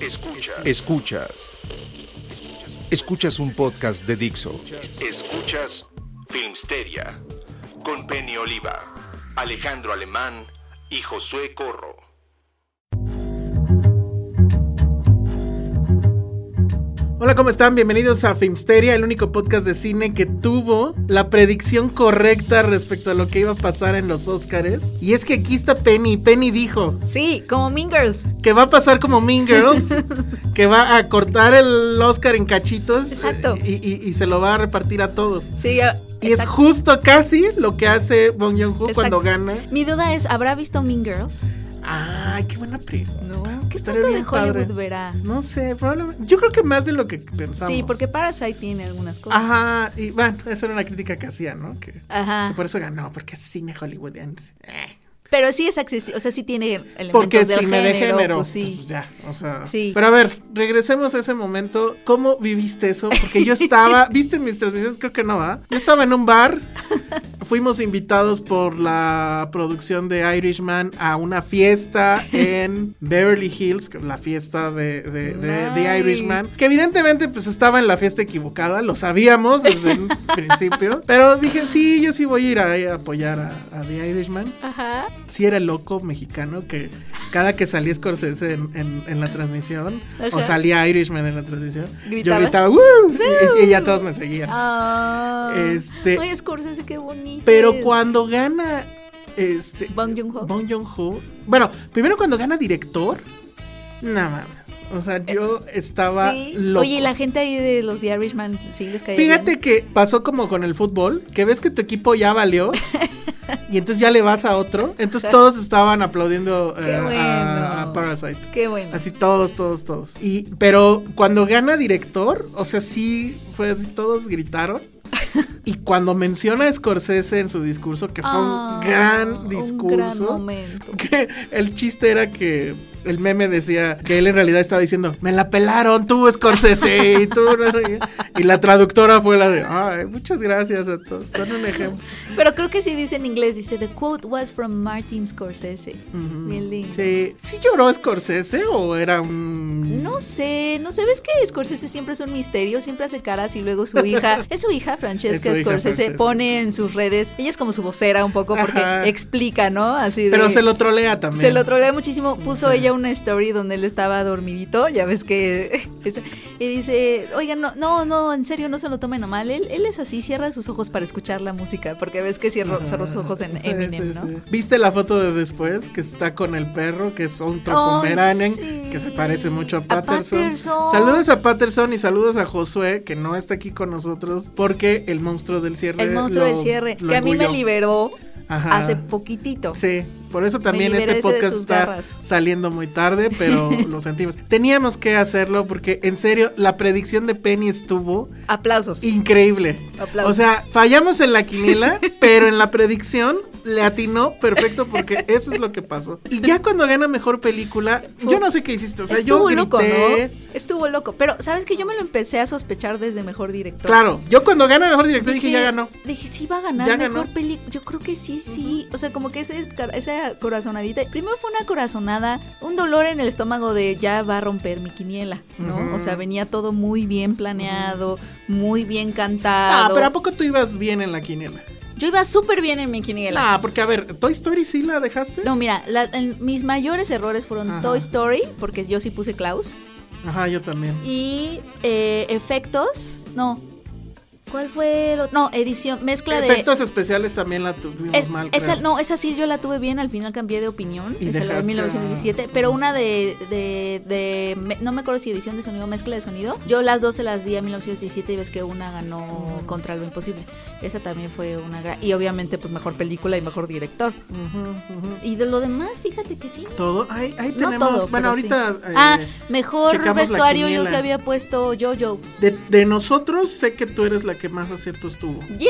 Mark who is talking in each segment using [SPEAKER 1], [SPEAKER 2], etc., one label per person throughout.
[SPEAKER 1] Escuchas.
[SPEAKER 2] Escuchas. Escuchas un podcast de Dixo.
[SPEAKER 1] Escuchas Filmsteria con Penny Oliva, Alejandro Alemán y Josué Corro.
[SPEAKER 3] Hola, ¿cómo están? Bienvenidos a Filmsteria, el único podcast de cine que tuvo la predicción correcta respecto a lo que iba a pasar en los Oscars. Y es que aquí está Penny. Penny dijo
[SPEAKER 4] Sí, como Mean Girls.
[SPEAKER 3] que va a pasar como Mean Girls, que va a cortar el Oscar en cachitos.
[SPEAKER 4] Exacto.
[SPEAKER 3] Y, y- y se lo va a repartir a todos.
[SPEAKER 4] Sí, ya-
[SPEAKER 3] Y es
[SPEAKER 4] exacto,
[SPEAKER 3] justo casi lo que hace Bong Joon-ho
[SPEAKER 4] exacto.
[SPEAKER 3] cuando gana.
[SPEAKER 4] Mi duda es, ¿habrá visto Mean Girls?
[SPEAKER 3] Ay, qué buena pregunta.
[SPEAKER 4] No. ¿Qué
[SPEAKER 3] Estaría
[SPEAKER 4] tanto de
[SPEAKER 3] bien
[SPEAKER 4] Hollywood
[SPEAKER 3] padre.
[SPEAKER 4] verá?
[SPEAKER 3] No sé, probablemente. Yo creo que más de lo que pensamos.
[SPEAKER 4] Sí, porque Parasite tiene algunas cosas.
[SPEAKER 3] Ajá, y bueno, esa era una crítica que hacía, ¿no? Que,
[SPEAKER 4] Ajá.
[SPEAKER 3] que por eso ganó, porque es cine hollywoodiense. Eh,
[SPEAKER 4] Pero sí es accesible, o sea, sí tiene elementos
[SPEAKER 3] Porque
[SPEAKER 4] del
[SPEAKER 3] cine de género.
[SPEAKER 4] pues
[SPEAKER 3] pues
[SPEAKER 4] sí.
[SPEAKER 3] ya, o sea.
[SPEAKER 4] Sí.
[SPEAKER 3] Pero a ver, regresemos a ese momento. ¿Cómo viviste eso? Porque yo estaba, ¿viste mis transmisiones? Creo que no, ¿va? Yo estaba en un bar. Fuimos invitados por la producción de Irishman a una fiesta en Beverly Hills, que- la fiesta de, de- de- de
[SPEAKER 4] Nice.
[SPEAKER 3] Irishman, que evidentemente pues estaba en la fiesta equivocada, lo sabíamos desde el principio, pero dije, sí, yo sí voy a ir ahí a, apoyar a, a The Irishman.
[SPEAKER 4] Ajá.
[SPEAKER 3] Sí era el loco mexicano que cada que salía Scorsese en, en- en la transmisión o
[SPEAKER 4] Ajá.
[SPEAKER 3] salía Irishman en la transmisión, yo
[SPEAKER 4] ¿Gritabas?
[SPEAKER 3] gritaba ¡Woo! Y, y ya todos me seguían.
[SPEAKER 4] Ah.
[SPEAKER 3] Este-
[SPEAKER 4] Oye, Scorsese, qué bonito.
[SPEAKER 3] Pero
[SPEAKER 4] es.
[SPEAKER 3] cuando gana este
[SPEAKER 4] Bong Joon-ho.
[SPEAKER 3] Bong Joon-ho, bueno, primero cuando gana director, nada más. O sea, yo estaba
[SPEAKER 4] Eh, Sí.
[SPEAKER 3] loco.
[SPEAKER 4] Oye, y la gente ahí de los The Irishman, sí, les caía
[SPEAKER 3] Fíjate
[SPEAKER 4] bien?
[SPEAKER 3] que pasó como con el fútbol, que ves que tu equipo ya valió y entonces ya le vas a otro. Entonces todos estaban aplaudiendo
[SPEAKER 4] Qué
[SPEAKER 3] eh, a-
[SPEAKER 4] bueno.
[SPEAKER 3] a Parasite.
[SPEAKER 4] Qué bueno.
[SPEAKER 3] Así todos, todos, todos. Y, pero cuando gana director, o sea, sí fue así, todos gritaron. Y cuando menciona a Scorsese en su discurso, que fue
[SPEAKER 4] Ah,
[SPEAKER 3] un gran
[SPEAKER 4] un
[SPEAKER 3] discurso.
[SPEAKER 4] gran momento.
[SPEAKER 3] que el chiste era que el meme decía que él en realidad estaba diciendo, me la pelaron tú, Scorsese, y tú. no sé qué". Y la traductora fue la de, ay, muchas gracias a todos. Son un ejemplo.
[SPEAKER 4] Pero creo que sí dice en inglés, dice, the quote was from Martin Scorsese. Bien lindo.
[SPEAKER 3] Sí. ¿Sí lloró Scorsese o era un.
[SPEAKER 4] No sé, no sé, ves que Scorsese siempre es un misterio, siempre hace caras y luego su hija, es su hija Francesca
[SPEAKER 3] Es su hija,
[SPEAKER 4] Scorsese,
[SPEAKER 3] Francesca.
[SPEAKER 4] pone en sus redes, ella es como su vocera un poco porque
[SPEAKER 3] Ajá.
[SPEAKER 4] explica, ¿no? Así de...
[SPEAKER 3] Pero se lo trolea también.
[SPEAKER 4] Se lo trolea muchísimo. Puso ella una story donde él estaba dormidito, ya ves que. es- y dice: Oigan, no, no, no, en serio, no se lo tomen a mal. Él, él es así, cierra sus ojos para escuchar la música, porque ves que cierro, cerró sus ojos en
[SPEAKER 3] Sí,
[SPEAKER 4] Eminem,
[SPEAKER 3] sí,
[SPEAKER 4] ¿no?
[SPEAKER 3] sí. ¿Viste la foto de después? Que está con el perro, que es un
[SPEAKER 4] Ay,
[SPEAKER 3] Pomeranian,
[SPEAKER 4] sí.
[SPEAKER 3] que se parece mucho a
[SPEAKER 4] A
[SPEAKER 3] Patterson.
[SPEAKER 4] Patterson.
[SPEAKER 3] Saludos a Patterson y saludos a Josué, que no está aquí con nosotros, porque el monstruo del cierre.
[SPEAKER 4] El monstruo
[SPEAKER 3] lo-
[SPEAKER 4] del cierre,
[SPEAKER 3] lo
[SPEAKER 4] que a mí me
[SPEAKER 3] engulló.
[SPEAKER 4] liberó
[SPEAKER 3] Ajá.
[SPEAKER 4] hace poquitito.
[SPEAKER 3] Sí, por eso también
[SPEAKER 4] liberé
[SPEAKER 3] este
[SPEAKER 4] ese de
[SPEAKER 3] podcast
[SPEAKER 4] sus
[SPEAKER 3] está
[SPEAKER 4] garras.
[SPEAKER 3] saliendo muy tarde, pero lo sentimos. Teníamos que hacerlo porque, en serio, la predicción de Penny estuvo
[SPEAKER 4] Aplausos.
[SPEAKER 3] Increíble.
[SPEAKER 4] Aplausos.
[SPEAKER 3] O sea, fallamos en la quiniela, pero en la predicción le atinó perfecto porque eso es lo que pasó. Y ya cuando gana mejor película, yo no sé qué hiciste. O sea, yo
[SPEAKER 4] Estuvo
[SPEAKER 3] grité.
[SPEAKER 4] loco, ¿no? Estuvo loco. Pero, ¿sabes que Yo me lo empecé a sospechar desde mejor director.
[SPEAKER 3] Claro, yo cuando gana mejor director dije, ya ganó.
[SPEAKER 4] Dije, sí va a ganar
[SPEAKER 3] Ya
[SPEAKER 4] mejor
[SPEAKER 3] ganó.
[SPEAKER 4] peli- Yo creo que sí, sí. O sea, como que ese, car- esa corazonadita. Primero fue una corazonada, un dolor en el estómago de ya va a romper mi quiniela, ¿no? O sea, venía todo muy bien planeado, muy bien
[SPEAKER 3] Ah,
[SPEAKER 4] cantado.
[SPEAKER 3] pero ¿a poco tú ibas bien en la quiniela?
[SPEAKER 4] Yo iba súper bien en mi quiniela.
[SPEAKER 3] Nah, porque a ver, Toy Story sí la dejaste.
[SPEAKER 4] No, mira, la- en- mis mayores errores fueron
[SPEAKER 3] Ajá.
[SPEAKER 4] Toy Story, porque yo sí puse Klaus,
[SPEAKER 3] Ajá, yo también.
[SPEAKER 4] y eh, efectos, no. ¿Cuál fue el otro? No, edición, mezcla de...
[SPEAKER 3] Efectos especiales también la tuvimos
[SPEAKER 4] Es-
[SPEAKER 3] mal.
[SPEAKER 4] esa,
[SPEAKER 3] creo.
[SPEAKER 4] no, esa sí yo la tuve bien, al final cambié de opinión,
[SPEAKER 3] Y
[SPEAKER 4] esa
[SPEAKER 3] dejaste
[SPEAKER 4] la de
[SPEAKER 3] a-
[SPEAKER 4] 1917, pero una de, de, de- me- no me acuerdo si edición de sonido o mezcla de sonido, yo las dos se las di a 1917 y ves que una ganó contra lo imposible, esa también fue una gran, y obviamente pues mejor película y mejor director, y de lo demás fíjate que sí.
[SPEAKER 3] Todo. Ahí, ahí
[SPEAKER 4] No
[SPEAKER 3] tenemos.
[SPEAKER 4] todo,
[SPEAKER 3] bueno,
[SPEAKER 4] pero sí.
[SPEAKER 3] ahorita. eh,
[SPEAKER 4] ah, mejor
[SPEAKER 3] checamos la
[SPEAKER 4] vestuario yo
[SPEAKER 3] quiniela.
[SPEAKER 4] se había puesto Jojo.
[SPEAKER 3] de, de nosotros sé que tú eres la que más aciertos tuvo.
[SPEAKER 4] ¡Yeah!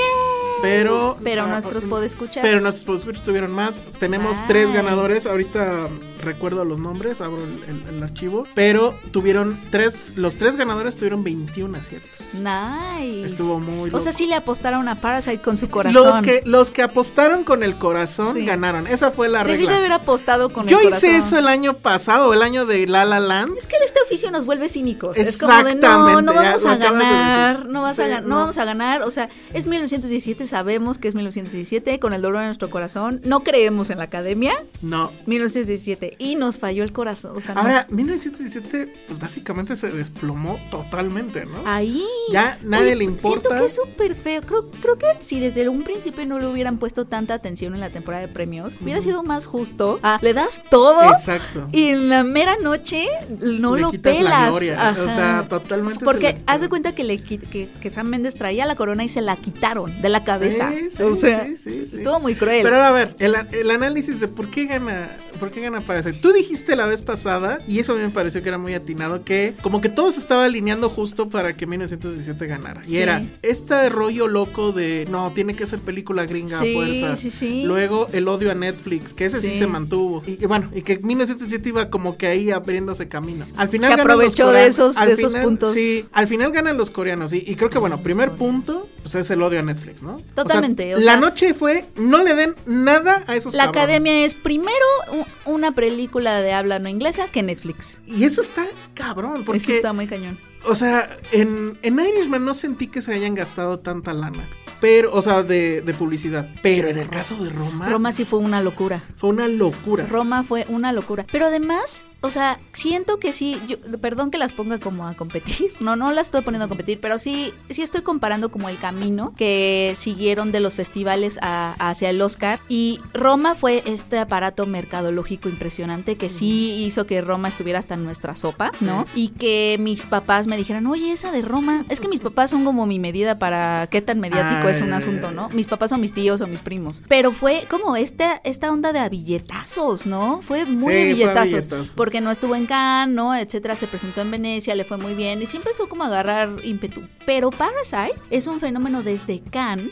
[SPEAKER 3] Pero.
[SPEAKER 4] Pero
[SPEAKER 3] ah,
[SPEAKER 4] nuestros
[SPEAKER 3] ah,
[SPEAKER 4] podescuchas.
[SPEAKER 3] Pero nuestros podescuchas tuvieron más. Tenemos tres
[SPEAKER 4] Nice.
[SPEAKER 3] ganadores. Ahorita mm, recuerdo los nombres, abro el, el- el archivo. Pero tuvieron tres. Los tres ganadores tuvieron 21 aciertos.
[SPEAKER 4] Nice.
[SPEAKER 3] Estuvo muy
[SPEAKER 4] O sea,
[SPEAKER 3] loco.
[SPEAKER 4] sí le apostaron a Parasite con su corazón.
[SPEAKER 3] Los que, los que apostaron con el corazón
[SPEAKER 4] Sí.
[SPEAKER 3] ganaron. Esa fue la
[SPEAKER 4] Debí
[SPEAKER 3] regla.
[SPEAKER 4] de haber apostado con
[SPEAKER 3] Yo
[SPEAKER 4] el
[SPEAKER 3] hice
[SPEAKER 4] corazón.
[SPEAKER 3] eso el año pasado, el año de La La Land.
[SPEAKER 4] Es que este oficio nos vuelve cínicos. Es como de no, no
[SPEAKER 3] Exactamente, ya
[SPEAKER 4] vamos
[SPEAKER 3] lo
[SPEAKER 4] a
[SPEAKER 3] acabas de
[SPEAKER 4] ganar,
[SPEAKER 3] decir.
[SPEAKER 4] no vas a
[SPEAKER 3] Sí,
[SPEAKER 4] gan- no.
[SPEAKER 3] no.
[SPEAKER 4] vamos a ganar. O sea, es 1917, sabemos que es 1917, con el dolor en nuestro corazón, no creemos en la academia.
[SPEAKER 3] No.
[SPEAKER 4] 1917 y nos falló el corazón. O sea, no.
[SPEAKER 3] Ahora, 1917, pues básicamente se desplomó totalmente, ¿no?
[SPEAKER 4] Ahí.
[SPEAKER 3] Ya nadie le
[SPEAKER 4] Ah, Siento
[SPEAKER 3] importa.
[SPEAKER 4] que es súper feo. Creo, creo que si desde un principio no le hubieran puesto tanta atención en la temporada de premios, hubiera sido más justo. Ah, le das todo
[SPEAKER 3] Exacto.
[SPEAKER 4] y en la mera noche no
[SPEAKER 3] Le
[SPEAKER 4] lo
[SPEAKER 3] quitas la
[SPEAKER 4] pelas.
[SPEAKER 3] gloria, o
[SPEAKER 4] Ajá.
[SPEAKER 3] sea, totalmente se la
[SPEAKER 4] Porque
[SPEAKER 3] quitaron.
[SPEAKER 4] haz de cuenta que, le, qui- que, que Sam Méndez traía la corona y se la quitaron de la cabeza.
[SPEAKER 3] Sí, sí,
[SPEAKER 4] o sea,
[SPEAKER 3] sí, sí, sí.
[SPEAKER 4] estuvo muy cruel.
[SPEAKER 3] Pero ahora a ver, el, el análisis de por qué gana, por qué gana Parasite. Tú dijiste la vez pasada, y eso a mí me pareció que era muy atinado, que como que todo se estaba alineando justo para que 1917 ganara. Y
[SPEAKER 4] Sí.
[SPEAKER 3] era este rollo loco de, no, tiene que ser película gringa a
[SPEAKER 4] Sí,
[SPEAKER 3] fuerza.
[SPEAKER 4] sí, sí.
[SPEAKER 3] Luego el odio a Netflix, que ese sí,
[SPEAKER 4] Sí.
[SPEAKER 3] se mantuvo. Y, y bueno, y que 1917 iba como que ahí abriéndose camino. Al final
[SPEAKER 4] Se
[SPEAKER 3] ganan los
[SPEAKER 4] aprovechó de
[SPEAKER 3] coreanos.
[SPEAKER 4] esos-
[SPEAKER 3] Al
[SPEAKER 4] de esos puntos.
[SPEAKER 3] Sí, al final ganan los coreanos. Y, y creo que bueno, primer punto, pues es el odio a Netflix, ¿no? O sea,
[SPEAKER 4] Totalmente, o
[SPEAKER 3] la
[SPEAKER 4] sea-
[SPEAKER 3] noche fue, no le den nada a esos
[SPEAKER 4] la
[SPEAKER 3] cabrones.
[SPEAKER 4] academia es primero u- una película de habla no inglesa que Netflix.
[SPEAKER 3] Y eso está cabrón, porque,
[SPEAKER 4] Eso está muy cañón.
[SPEAKER 3] o sea, en, en Irishman no sentí que se hayan gastado tanta lana, pero, o sea, de, de publicidad. Pero en el caso de Roma,
[SPEAKER 4] Roma sí fue una locura.
[SPEAKER 3] fue una locura.
[SPEAKER 4] Roma fue una locura. Pero además, o sea, siento que sí, yo- perdón que las ponga como a competir. No, no las estoy poniendo a competir, pero sí, sí estoy comparando como el camino que siguieron de los festivales a- hacia el Oscar. Y Roma fue este aparato mercadológico impresionante que sí hizo que Roma estuviera hasta en nuestra sopa, ¿no? Y que mis papás me dijeran, oye, esa de Roma. Es que mis papás son como mi medida para qué tan mediático es un
[SPEAKER 3] Ay.
[SPEAKER 4] asunto, ¿no? mis papás o mis tíos o mis primos. Pero fue como esta, esta onda de a billetazos, ¿no? Fue muy
[SPEAKER 3] Sí,
[SPEAKER 4] de
[SPEAKER 3] fue a
[SPEAKER 4] billetazos,
[SPEAKER 3] billetazos.
[SPEAKER 4] Porque no estuvo en Cannes, ¿no? Etcétera. Se presentó en Venecia, le fue muy bien. Y sí empezó como a agarrar ímpetu. Pero Parasite es un fenómeno desde Cannes.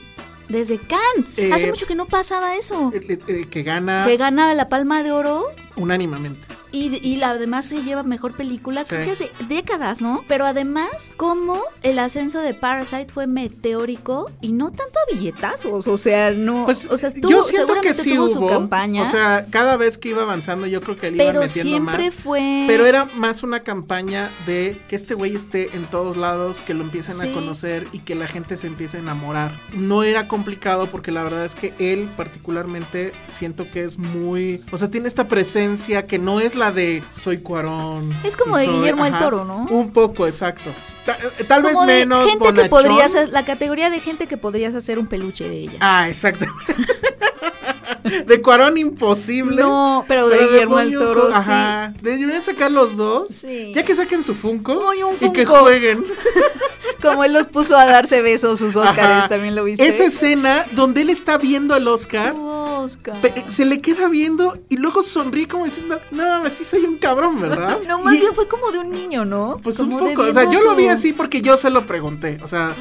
[SPEAKER 4] Desde Cannes.
[SPEAKER 3] Eh,
[SPEAKER 4] Hace mucho que no pasaba eso.
[SPEAKER 3] Eh, eh, eh, que gana
[SPEAKER 4] que ganaba la palma de oro
[SPEAKER 3] unánimemente.
[SPEAKER 4] y, y la además se lleva mejor película, creo
[SPEAKER 3] Sí.
[SPEAKER 4] que hace décadas, ¿no? Pero además, como el ascenso de Parasite fue meteórico y no tanto a billetazos, o sea, no.
[SPEAKER 3] Pues
[SPEAKER 4] o sea, estuvo-
[SPEAKER 3] yo siento que
[SPEAKER 4] seguramente
[SPEAKER 3] sí
[SPEAKER 4] tuvo
[SPEAKER 3] hubo.
[SPEAKER 4] su campaña,
[SPEAKER 3] O sea, cada vez que iba avanzando, yo creo que le iba
[SPEAKER 4] pero
[SPEAKER 3] metiendo
[SPEAKER 4] siempre
[SPEAKER 3] más.
[SPEAKER 4] fue.
[SPEAKER 3] Pero era más una campaña de que este güey esté en todos lados, que lo empiecen
[SPEAKER 4] Sí.
[SPEAKER 3] a conocer y que la gente se empiece a enamorar. No era complicado porque la verdad es que él particularmente siento que es muy... O sea, tiene esta presencia que no es la de soy Cuarón.
[SPEAKER 4] Es como
[SPEAKER 3] y
[SPEAKER 4] de Guillermo del Toro, ¿no?
[SPEAKER 3] Un poco, exacto. Ta- eh, tal
[SPEAKER 4] Como
[SPEAKER 3] vez
[SPEAKER 4] de
[SPEAKER 3] menos...
[SPEAKER 4] gente que
[SPEAKER 3] bonachón.
[SPEAKER 4] podrías, la categoría de gente que podrías hacer un peluche de ella.
[SPEAKER 3] Ah, exacto. de Cuarón imposible.
[SPEAKER 4] No, pero de Guillermo del
[SPEAKER 3] Ponyo
[SPEAKER 4] Toro,
[SPEAKER 3] Co-
[SPEAKER 4] sí.
[SPEAKER 3] Ajá. Deberían sacar los dos.
[SPEAKER 4] Sí.
[SPEAKER 3] Ya que saquen su Funko.
[SPEAKER 4] Uy, un
[SPEAKER 3] Y que
[SPEAKER 4] Funko.
[SPEAKER 3] jueguen.
[SPEAKER 4] Como él los puso a darse besos sus Óscares,
[SPEAKER 3] Ajá.
[SPEAKER 4] también lo viste.
[SPEAKER 3] Esa escena donde él está viendo al Oscar.
[SPEAKER 4] Su Oscar.
[SPEAKER 3] pe- Se le queda viendo y luego sonríe como diciendo, no mames, sí soy un cabrón, ¿verdad?
[SPEAKER 4] No, más
[SPEAKER 3] Y-
[SPEAKER 4] bien fue como de un niño, ¿no?
[SPEAKER 3] Pues
[SPEAKER 4] Como
[SPEAKER 3] un
[SPEAKER 4] de
[SPEAKER 3] poco, o sea, yo lo vi
[SPEAKER 4] miedoso.
[SPEAKER 3] así porque yo se lo pregunté, o sea,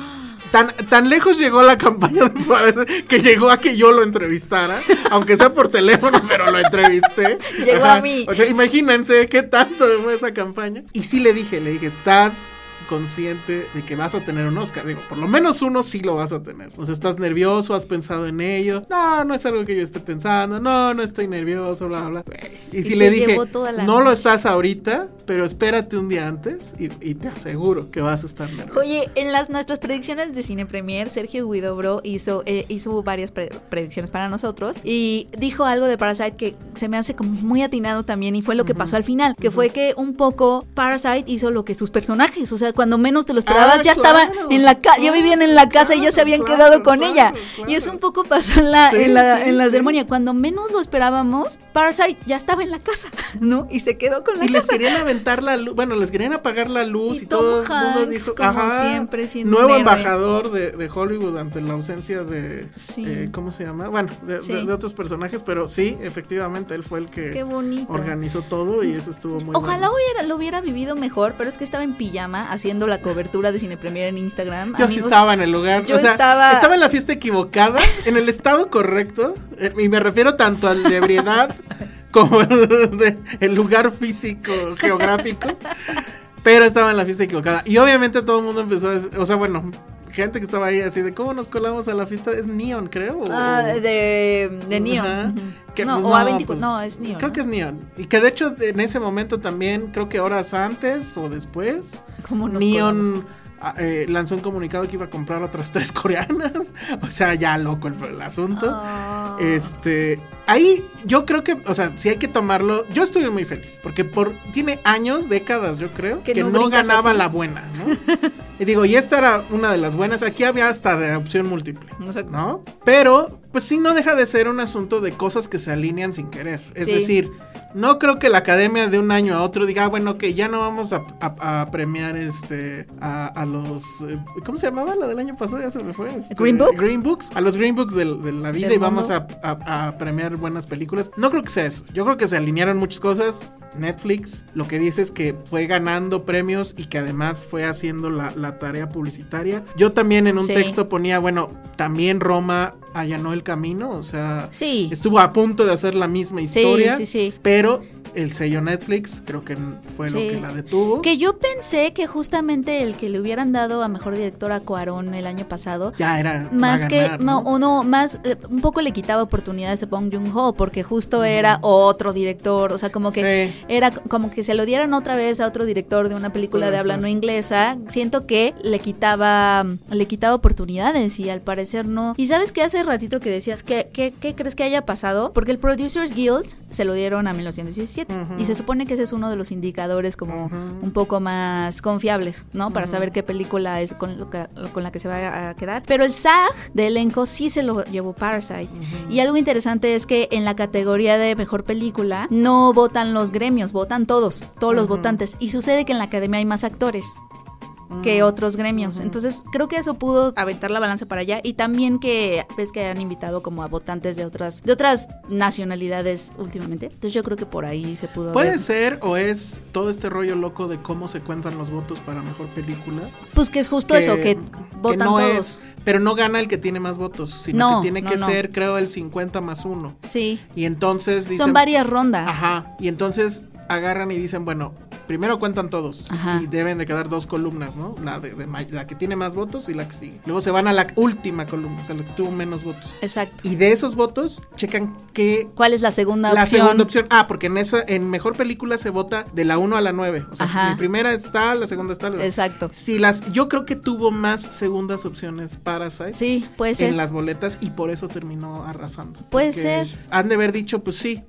[SPEAKER 3] tan, tan lejos llegó la campaña de Parece que llegó a que yo lo entrevistara, aunque sea por teléfono, pero lo entrevisté.
[SPEAKER 4] Llegó a mí.
[SPEAKER 3] O sea, imagínense qué tanto fue esa campaña. Y sí le dije, le dije, estás consciente de que vas a tener un Oscar. Digo, por lo menos uno sí lo vas a tener. O sea, estás nervioso, has pensado en ello. No, no es algo que yo esté pensando. No, no estoy nervioso, bla, bla. Güey. Y, si
[SPEAKER 4] se
[SPEAKER 3] le dije,
[SPEAKER 4] llevó toda la
[SPEAKER 3] no lo
[SPEAKER 4] noche".
[SPEAKER 3] estás ahorita, pero espérate un día antes y, y te aseguro que vas a estar nervioso.
[SPEAKER 4] Oye, en las nuestras predicciones de Cine Premier, Sergio Guidobro hizo, eh, hizo varias pre- predicciones para nosotros y dijo algo de Parasite que se me hace como muy atinado también y fue lo que pasó al final, que fue que un poco Parasite hizo lo que sus personajes, o sea, cuando menos te lo esperabas,
[SPEAKER 3] Ah,
[SPEAKER 4] ya
[SPEAKER 3] claro,
[SPEAKER 4] estaban en la casa, ya
[SPEAKER 3] claro,
[SPEAKER 4] vivían en la casa y ya
[SPEAKER 3] claro,
[SPEAKER 4] se habían
[SPEAKER 3] claro,
[SPEAKER 4] quedado con
[SPEAKER 3] claro,
[SPEAKER 4] ella.
[SPEAKER 3] claro.
[SPEAKER 4] Y eso un poco pasó en la,
[SPEAKER 3] Sí,
[SPEAKER 4] en la,
[SPEAKER 3] sí,
[SPEAKER 4] en la
[SPEAKER 3] sí.
[SPEAKER 4] ceremonia, cuando menos lo esperábamos, Parasite ya estaba en la casa, ¿no? Y se quedó con la
[SPEAKER 3] Y les
[SPEAKER 4] casa.
[SPEAKER 3] querían aventar la luz, bueno, les querían apagar la luz y,
[SPEAKER 4] Y
[SPEAKER 3] todo
[SPEAKER 4] Tom
[SPEAKER 3] el mundo
[SPEAKER 4] Hanks,
[SPEAKER 3] dijo,
[SPEAKER 4] como
[SPEAKER 3] ajá,
[SPEAKER 4] siempre, siendo
[SPEAKER 3] nuevo
[SPEAKER 4] un héroe.
[SPEAKER 3] embajador de, de Hollywood ante la ausencia de,
[SPEAKER 4] Sí.
[SPEAKER 3] eh, ¿cómo se llama? Bueno, de, de-
[SPEAKER 4] Sí.
[SPEAKER 3] de otros personajes, pero sí, efectivamente, él fue el
[SPEAKER 4] Qué
[SPEAKER 3] que
[SPEAKER 4] bonito.
[SPEAKER 3] organizó todo y eso estuvo muy
[SPEAKER 4] Ojalá
[SPEAKER 3] bueno.
[SPEAKER 4] hubiera, lo hubiera vivido mejor, pero es que estaba en pijama haciendo la cobertura de Cine Premier en Instagram.
[SPEAKER 3] Yo sí
[SPEAKER 4] Amigos,
[SPEAKER 3] estaba en el lugar,
[SPEAKER 4] yo
[SPEAKER 3] o sea,
[SPEAKER 4] estaba-
[SPEAKER 3] estaba... en la fiesta equivocada, en el estado correcto, eh, y me refiero tanto al de ebriedad como al de- el lugar físico, geográfico, pero estaba en la fiesta equivocada. Y obviamente todo el mundo empezó a, des- o sea, bueno, gente que estaba ahí así de, ¿cómo nos colamos a la fiesta? Es Neon, creo. o-
[SPEAKER 4] ah, de, de Neon.
[SPEAKER 3] Ajá.
[SPEAKER 4] ujú.
[SPEAKER 3] Que,
[SPEAKER 4] no,
[SPEAKER 3] pues,
[SPEAKER 4] o A24,
[SPEAKER 3] pues,
[SPEAKER 4] no, es Neon.
[SPEAKER 3] Creo que es Neon. Y que de hecho en ese momento también, creo que horas antes o después,
[SPEAKER 4] Como nos
[SPEAKER 3] Neon ah, eh, lanzó un comunicado que iba a comprar otras tres coreanas. o sea, ya loco el, el asunto.
[SPEAKER 4] Ah.
[SPEAKER 3] Este, ahí yo creo que, o sea, si hay que tomarlo, yo estuve muy feliz, porque por tiene años, décadas, yo creo,
[SPEAKER 4] Que
[SPEAKER 3] que,
[SPEAKER 4] no
[SPEAKER 3] no,
[SPEAKER 4] brincas
[SPEAKER 3] ganaba
[SPEAKER 4] así.
[SPEAKER 3] la buena, ¿no? y digo, y esta era una de las buenas, aquí había hasta de opción múltiple,
[SPEAKER 4] Exacto.
[SPEAKER 3] ¿no? Pero, pues sí, no deja de ser un asunto de cosas que se alinean sin querer, es
[SPEAKER 4] Sí.
[SPEAKER 3] decir... No creo que la academia de un año a otro diga, "Ah, bueno, que ya no vamos a, a- a premiar este a, a los. eh, ¿Cómo se llamaba la del año pasado? Ya se me fue. este,
[SPEAKER 4] ¿Green Book?
[SPEAKER 3] Green Books. A los Green Books del- de la vida
[SPEAKER 4] Del
[SPEAKER 3] y vamos
[SPEAKER 4] mundo.
[SPEAKER 3] a a, a premiar buenas películas. No creo que sea eso. Yo creo que se alinearon muchas cosas. Netflix lo que dice es que fue ganando premios y que además fue haciendo la, la tarea publicitaria. Yo también en un
[SPEAKER 4] Sí.
[SPEAKER 3] texto ponía, bueno, también Roma allanó el camino, o sea,
[SPEAKER 4] Sí.
[SPEAKER 3] estuvo a punto de hacer la misma
[SPEAKER 4] Sí,
[SPEAKER 3] historia,
[SPEAKER 4] sí, sí.
[SPEAKER 3] pero el sello Netflix creo que fue
[SPEAKER 4] Sí.
[SPEAKER 3] lo que la detuvo.
[SPEAKER 4] Que yo pensé que justamente el que le hubieran dado a mejor director a Cuarón el año pasado
[SPEAKER 3] Ya era
[SPEAKER 4] más
[SPEAKER 3] va a
[SPEAKER 4] que
[SPEAKER 3] ganar,
[SPEAKER 4] no,
[SPEAKER 3] ¿no?
[SPEAKER 4] o no, más eh, un poco le quitaba oportunidades a Bong Joon-ho porque justo era otro director, o sea, como que
[SPEAKER 3] Sí.
[SPEAKER 4] era c- como que se lo dieran otra vez a otro director de una película
[SPEAKER 3] Puede
[SPEAKER 4] de habla
[SPEAKER 3] ser.
[SPEAKER 4] no inglesa, siento que le quitaba le quitaba oportunidades y al parecer no. ¿Y sabes qué hace ratito que decías que qué, qué crees que haya pasado? Porque el Producers Guild se lo dieron a 1917 y se supone que ese es uno de los indicadores como un poco más confiables, ¿no? Para saber qué película es con, lo que- con la que se va a quedar. Pero el SAG de elenco sí se lo llevó Parasite. Y algo interesante es que en la categoría de mejor película no votan los gremios, votan todos, todos los votantes. Y sucede que en la academia hay más actores que otros gremios. Entonces, creo que eso pudo aventar la balanza para allá y también que ves que han invitado como a votantes de otras de otras nacionalidades últimamente. Entonces, yo creo que por ahí se pudo
[SPEAKER 3] Puede
[SPEAKER 4] haber-
[SPEAKER 3] ser o es todo este rollo loco de cómo se cuentan los votos para mejor película.
[SPEAKER 4] Pues que es justo eso, que votan
[SPEAKER 3] no
[SPEAKER 4] todos.
[SPEAKER 3] es- pero no gana el que tiene más votos, sino
[SPEAKER 4] No,
[SPEAKER 3] que tiene
[SPEAKER 4] no,
[SPEAKER 3] que
[SPEAKER 4] no.
[SPEAKER 3] ser, creo, el 50 más uno.
[SPEAKER 4] Sí.
[SPEAKER 3] Y entonces dicen.
[SPEAKER 4] Son varias rondas.
[SPEAKER 3] Ajá. Y entonces agarran y dicen, bueno, primero cuentan todos.
[SPEAKER 4] Ajá.
[SPEAKER 3] Y deben de quedar dos columnas, ¿no? La, de, de ma- la que tiene más votos y la que sigue. Luego se van a la última columna, o sea, la que tuvo menos votos.
[SPEAKER 4] Exacto.
[SPEAKER 3] Y de esos votos, checan qué
[SPEAKER 4] ¿Cuál es la segunda
[SPEAKER 3] la
[SPEAKER 4] opción?
[SPEAKER 3] segunda opción. Ah, porque en esa, en mejor película se vota de la 1 a la 9. O sea,
[SPEAKER 4] Ajá.
[SPEAKER 3] mi primera está, la segunda está. La...
[SPEAKER 4] Exacto.
[SPEAKER 3] Si las, yo creo que tuvo más segundas opciones Parasite
[SPEAKER 4] Sí, puede ser.
[SPEAKER 3] en las boletas y por eso terminó arrasando.
[SPEAKER 4] Puede
[SPEAKER 3] Porque
[SPEAKER 4] ser.
[SPEAKER 3] Han de haber dicho, pues sí,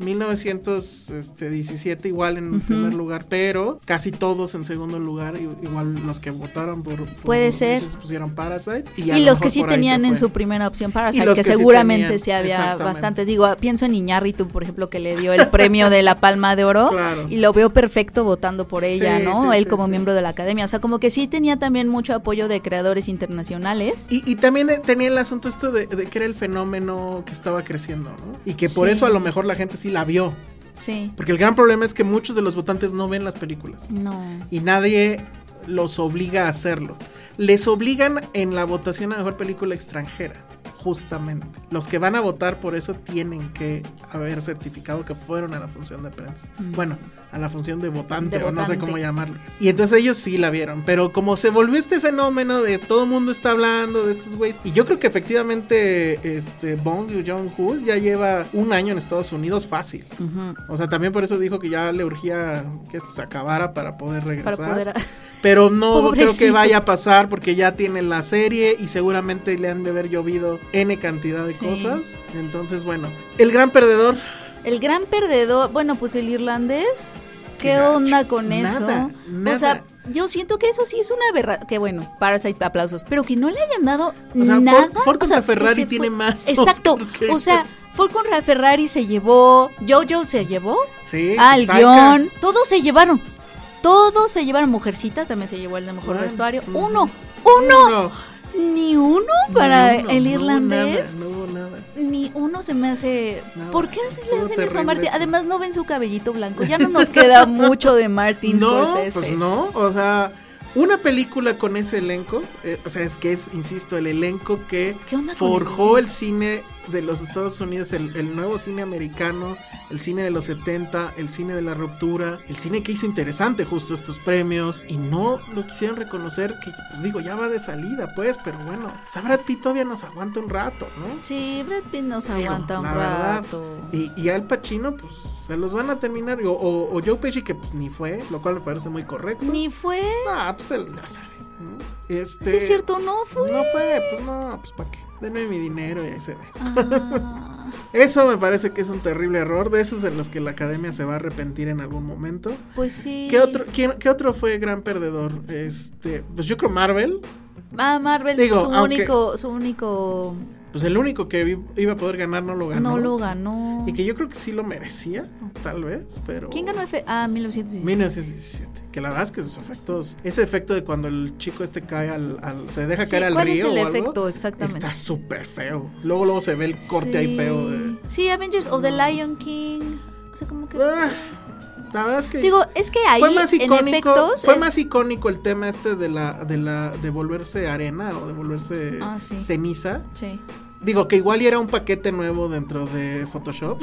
[SPEAKER 3] 1917 igual en primer lugar, pero casi todos en segundo lugar, i- igual los que votaron por, por
[SPEAKER 4] Puede ser.
[SPEAKER 3] se pusieron Parasite. a
[SPEAKER 4] Y
[SPEAKER 3] lo
[SPEAKER 4] los
[SPEAKER 3] mejor
[SPEAKER 4] que sí
[SPEAKER 3] por ahí se
[SPEAKER 4] tenían en
[SPEAKER 3] fue.
[SPEAKER 4] su primera opción para
[SPEAKER 3] los
[SPEAKER 4] que,
[SPEAKER 3] que sí
[SPEAKER 4] seguramente
[SPEAKER 3] tenían,
[SPEAKER 4] sí había
[SPEAKER 3] exactamente.
[SPEAKER 4] bastantes. Digo, ah, pienso en Iñárritu, por ejemplo, que le dio el premio de la Palma de Oro
[SPEAKER 3] Claro.
[SPEAKER 4] y lo veo perfecto votando por ella,
[SPEAKER 3] Sí,
[SPEAKER 4] ¿no?
[SPEAKER 3] sí,
[SPEAKER 4] Él
[SPEAKER 3] sí,
[SPEAKER 4] como
[SPEAKER 3] sí.
[SPEAKER 4] miembro de la academia. O sea, como que sí tenía también mucho apoyo de creadores internacionales.
[SPEAKER 3] Y, y también eh, tenía el asunto esto de, de que era el fenómeno que estaba creciendo, ¿no? Y que por
[SPEAKER 4] Sí.
[SPEAKER 3] eso a lo mejor la gente sí la vio.
[SPEAKER 4] Sí.
[SPEAKER 3] Porque el gran problema es que muchos de los votantes no ven las películas.
[SPEAKER 4] No.
[SPEAKER 3] Y nadie los obliga a hacerlo. Les obligan en la votación a mejor película extranjera. justamente. Los que van a votar por eso tienen que haber certificado que fueron a la función de prensa. Bueno, a la función de votante,
[SPEAKER 4] Mm. De
[SPEAKER 3] o no sé
[SPEAKER 4] votante.
[SPEAKER 3] cómo llamarlo. Y entonces ellos sí la vieron, pero como se volvió este fenómeno de todo el mundo está hablando de estos güeyes, y yo creo que efectivamente este Bong Joon-ho ya lleva un año en Estados Unidos fácil. O sea, también por eso dijo que ya le urgía que esto se acabara para poder regresar.
[SPEAKER 4] Para poder.
[SPEAKER 3] Pero no creo que
[SPEAKER 4] Pobrecito.
[SPEAKER 3] vaya a pasar porque ya tiene la serie y seguramente le han de haber llovido N cantidad de
[SPEAKER 4] Sí.
[SPEAKER 3] cosas. Entonces, bueno, el gran perdedor.
[SPEAKER 4] El gran perdedor, bueno, pues el irlandés. ¿Qué
[SPEAKER 3] gacho.
[SPEAKER 4] onda con
[SPEAKER 3] Nada,
[SPEAKER 4] eso?
[SPEAKER 3] nada.
[SPEAKER 4] O sea, yo siento que eso sí es una berra. Que bueno, Parasite, aplausos. Pero que no le hayan dado
[SPEAKER 3] O sea, Ford-
[SPEAKER 4] nada.
[SPEAKER 3] Ford
[SPEAKER 4] o sea,
[SPEAKER 3] contra
[SPEAKER 4] que
[SPEAKER 3] Ferrari
[SPEAKER 4] se
[SPEAKER 3] tiene
[SPEAKER 4] fue-
[SPEAKER 3] más
[SPEAKER 4] Exacto.
[SPEAKER 3] Oscars que-
[SPEAKER 4] O sea, Ford contra Ferrari se llevó. Jojo se llevó.
[SPEAKER 3] Sí.
[SPEAKER 4] al
[SPEAKER 3] está
[SPEAKER 4] guión. Todos se llevaron. Todos se llevaron. Mujercitas también se llevó el de mejor
[SPEAKER 3] Bueno,
[SPEAKER 4] vestuario.
[SPEAKER 3] ujú.
[SPEAKER 4] Uno.
[SPEAKER 3] acá.
[SPEAKER 4] Uno.
[SPEAKER 3] Uno.
[SPEAKER 4] Ni uno para
[SPEAKER 3] No, no,
[SPEAKER 4] el
[SPEAKER 3] no hubo
[SPEAKER 4] irlandés.
[SPEAKER 3] nada, no hubo nada.
[SPEAKER 4] Ni uno se me hace.
[SPEAKER 3] Nada.
[SPEAKER 4] ¿Por qué le
[SPEAKER 3] Estuvo
[SPEAKER 4] hacen eso
[SPEAKER 3] terrible
[SPEAKER 4] a Martin?
[SPEAKER 3] eso.
[SPEAKER 4] Además, no ven su cabellito blanco. Ya no nos queda mucho de Martin
[SPEAKER 3] No,
[SPEAKER 4] Scorsese.
[SPEAKER 3] pues no. O sea, una película con ese elenco, eh, o sea, es que es, insisto, el elenco que
[SPEAKER 4] ¿Qué onda con
[SPEAKER 3] forjó
[SPEAKER 4] el-
[SPEAKER 3] el cine de los Estados Unidos, el, el nuevo cine americano, el cine de los 70, el cine de la ruptura, el cine que hizo interesante justo estos premios y no lo quisieron reconocer, que pues digo, ya va de salida, pues, pero bueno, o sea, Brad Pitt todavía nos aguanta un rato, ¿no?
[SPEAKER 4] Sí, Brad Pitt nos
[SPEAKER 3] Digo,
[SPEAKER 4] aguanta un
[SPEAKER 3] la verdad.
[SPEAKER 4] rato.
[SPEAKER 3] Y, y Al Pacino, pues se los van a terminar. O, o- o Joe Pesci, que pues ni fue, lo cual me parece muy correcto.
[SPEAKER 4] Ni fue.
[SPEAKER 3] Ah, pues él ya sabe. ¿no? Este,
[SPEAKER 4] Sí, es cierto, no fue.
[SPEAKER 3] No fue, pues no, pues para qué. Denme mi dinero y ahí se ve.
[SPEAKER 4] Ah,
[SPEAKER 3] Eso me parece que es un terrible error. De esos en los que la academia se va a arrepentir en algún momento.
[SPEAKER 4] pues sí.
[SPEAKER 3] ¿Qué otro, quién- qué otro fue gran perdedor? Este, pues yo creo Marvel.
[SPEAKER 4] Ah, Marvel,
[SPEAKER 3] Digo,
[SPEAKER 4] su
[SPEAKER 3] aunque-
[SPEAKER 4] único. Su único
[SPEAKER 3] Pues el único que vi- iba a poder ganar no lo ganó.
[SPEAKER 4] no lo ganó.
[SPEAKER 3] Y que yo creo que sí lo merecía, tal vez, pero.
[SPEAKER 4] ¿Quién ganó F? Ah, 1916.
[SPEAKER 3] 1917. Que la verdad es que sus efectos. Ese efecto de cuando el chico este cae al. al- se deja
[SPEAKER 4] Sí,
[SPEAKER 3] caer al
[SPEAKER 4] ¿cuál es
[SPEAKER 3] río.
[SPEAKER 4] el
[SPEAKER 3] o algo,
[SPEAKER 4] efecto exactamente?
[SPEAKER 3] Está súper feo. Luego, luego se ve el corte ahí feo eh. de.
[SPEAKER 4] Sí, Avengers o The Lion King. O sea, como que.
[SPEAKER 3] Ah, la verdad es que.
[SPEAKER 4] Digo, es que ahí
[SPEAKER 3] fue más icónico,
[SPEAKER 4] en efectos
[SPEAKER 3] fue
[SPEAKER 4] es-
[SPEAKER 3] más icónico el tema este de la de la de volverse arena o de volverse
[SPEAKER 4] Ah, sí.
[SPEAKER 3] ceniza.
[SPEAKER 4] Sí.
[SPEAKER 3] Digo que igual y era un paquete nuevo dentro de Photoshop,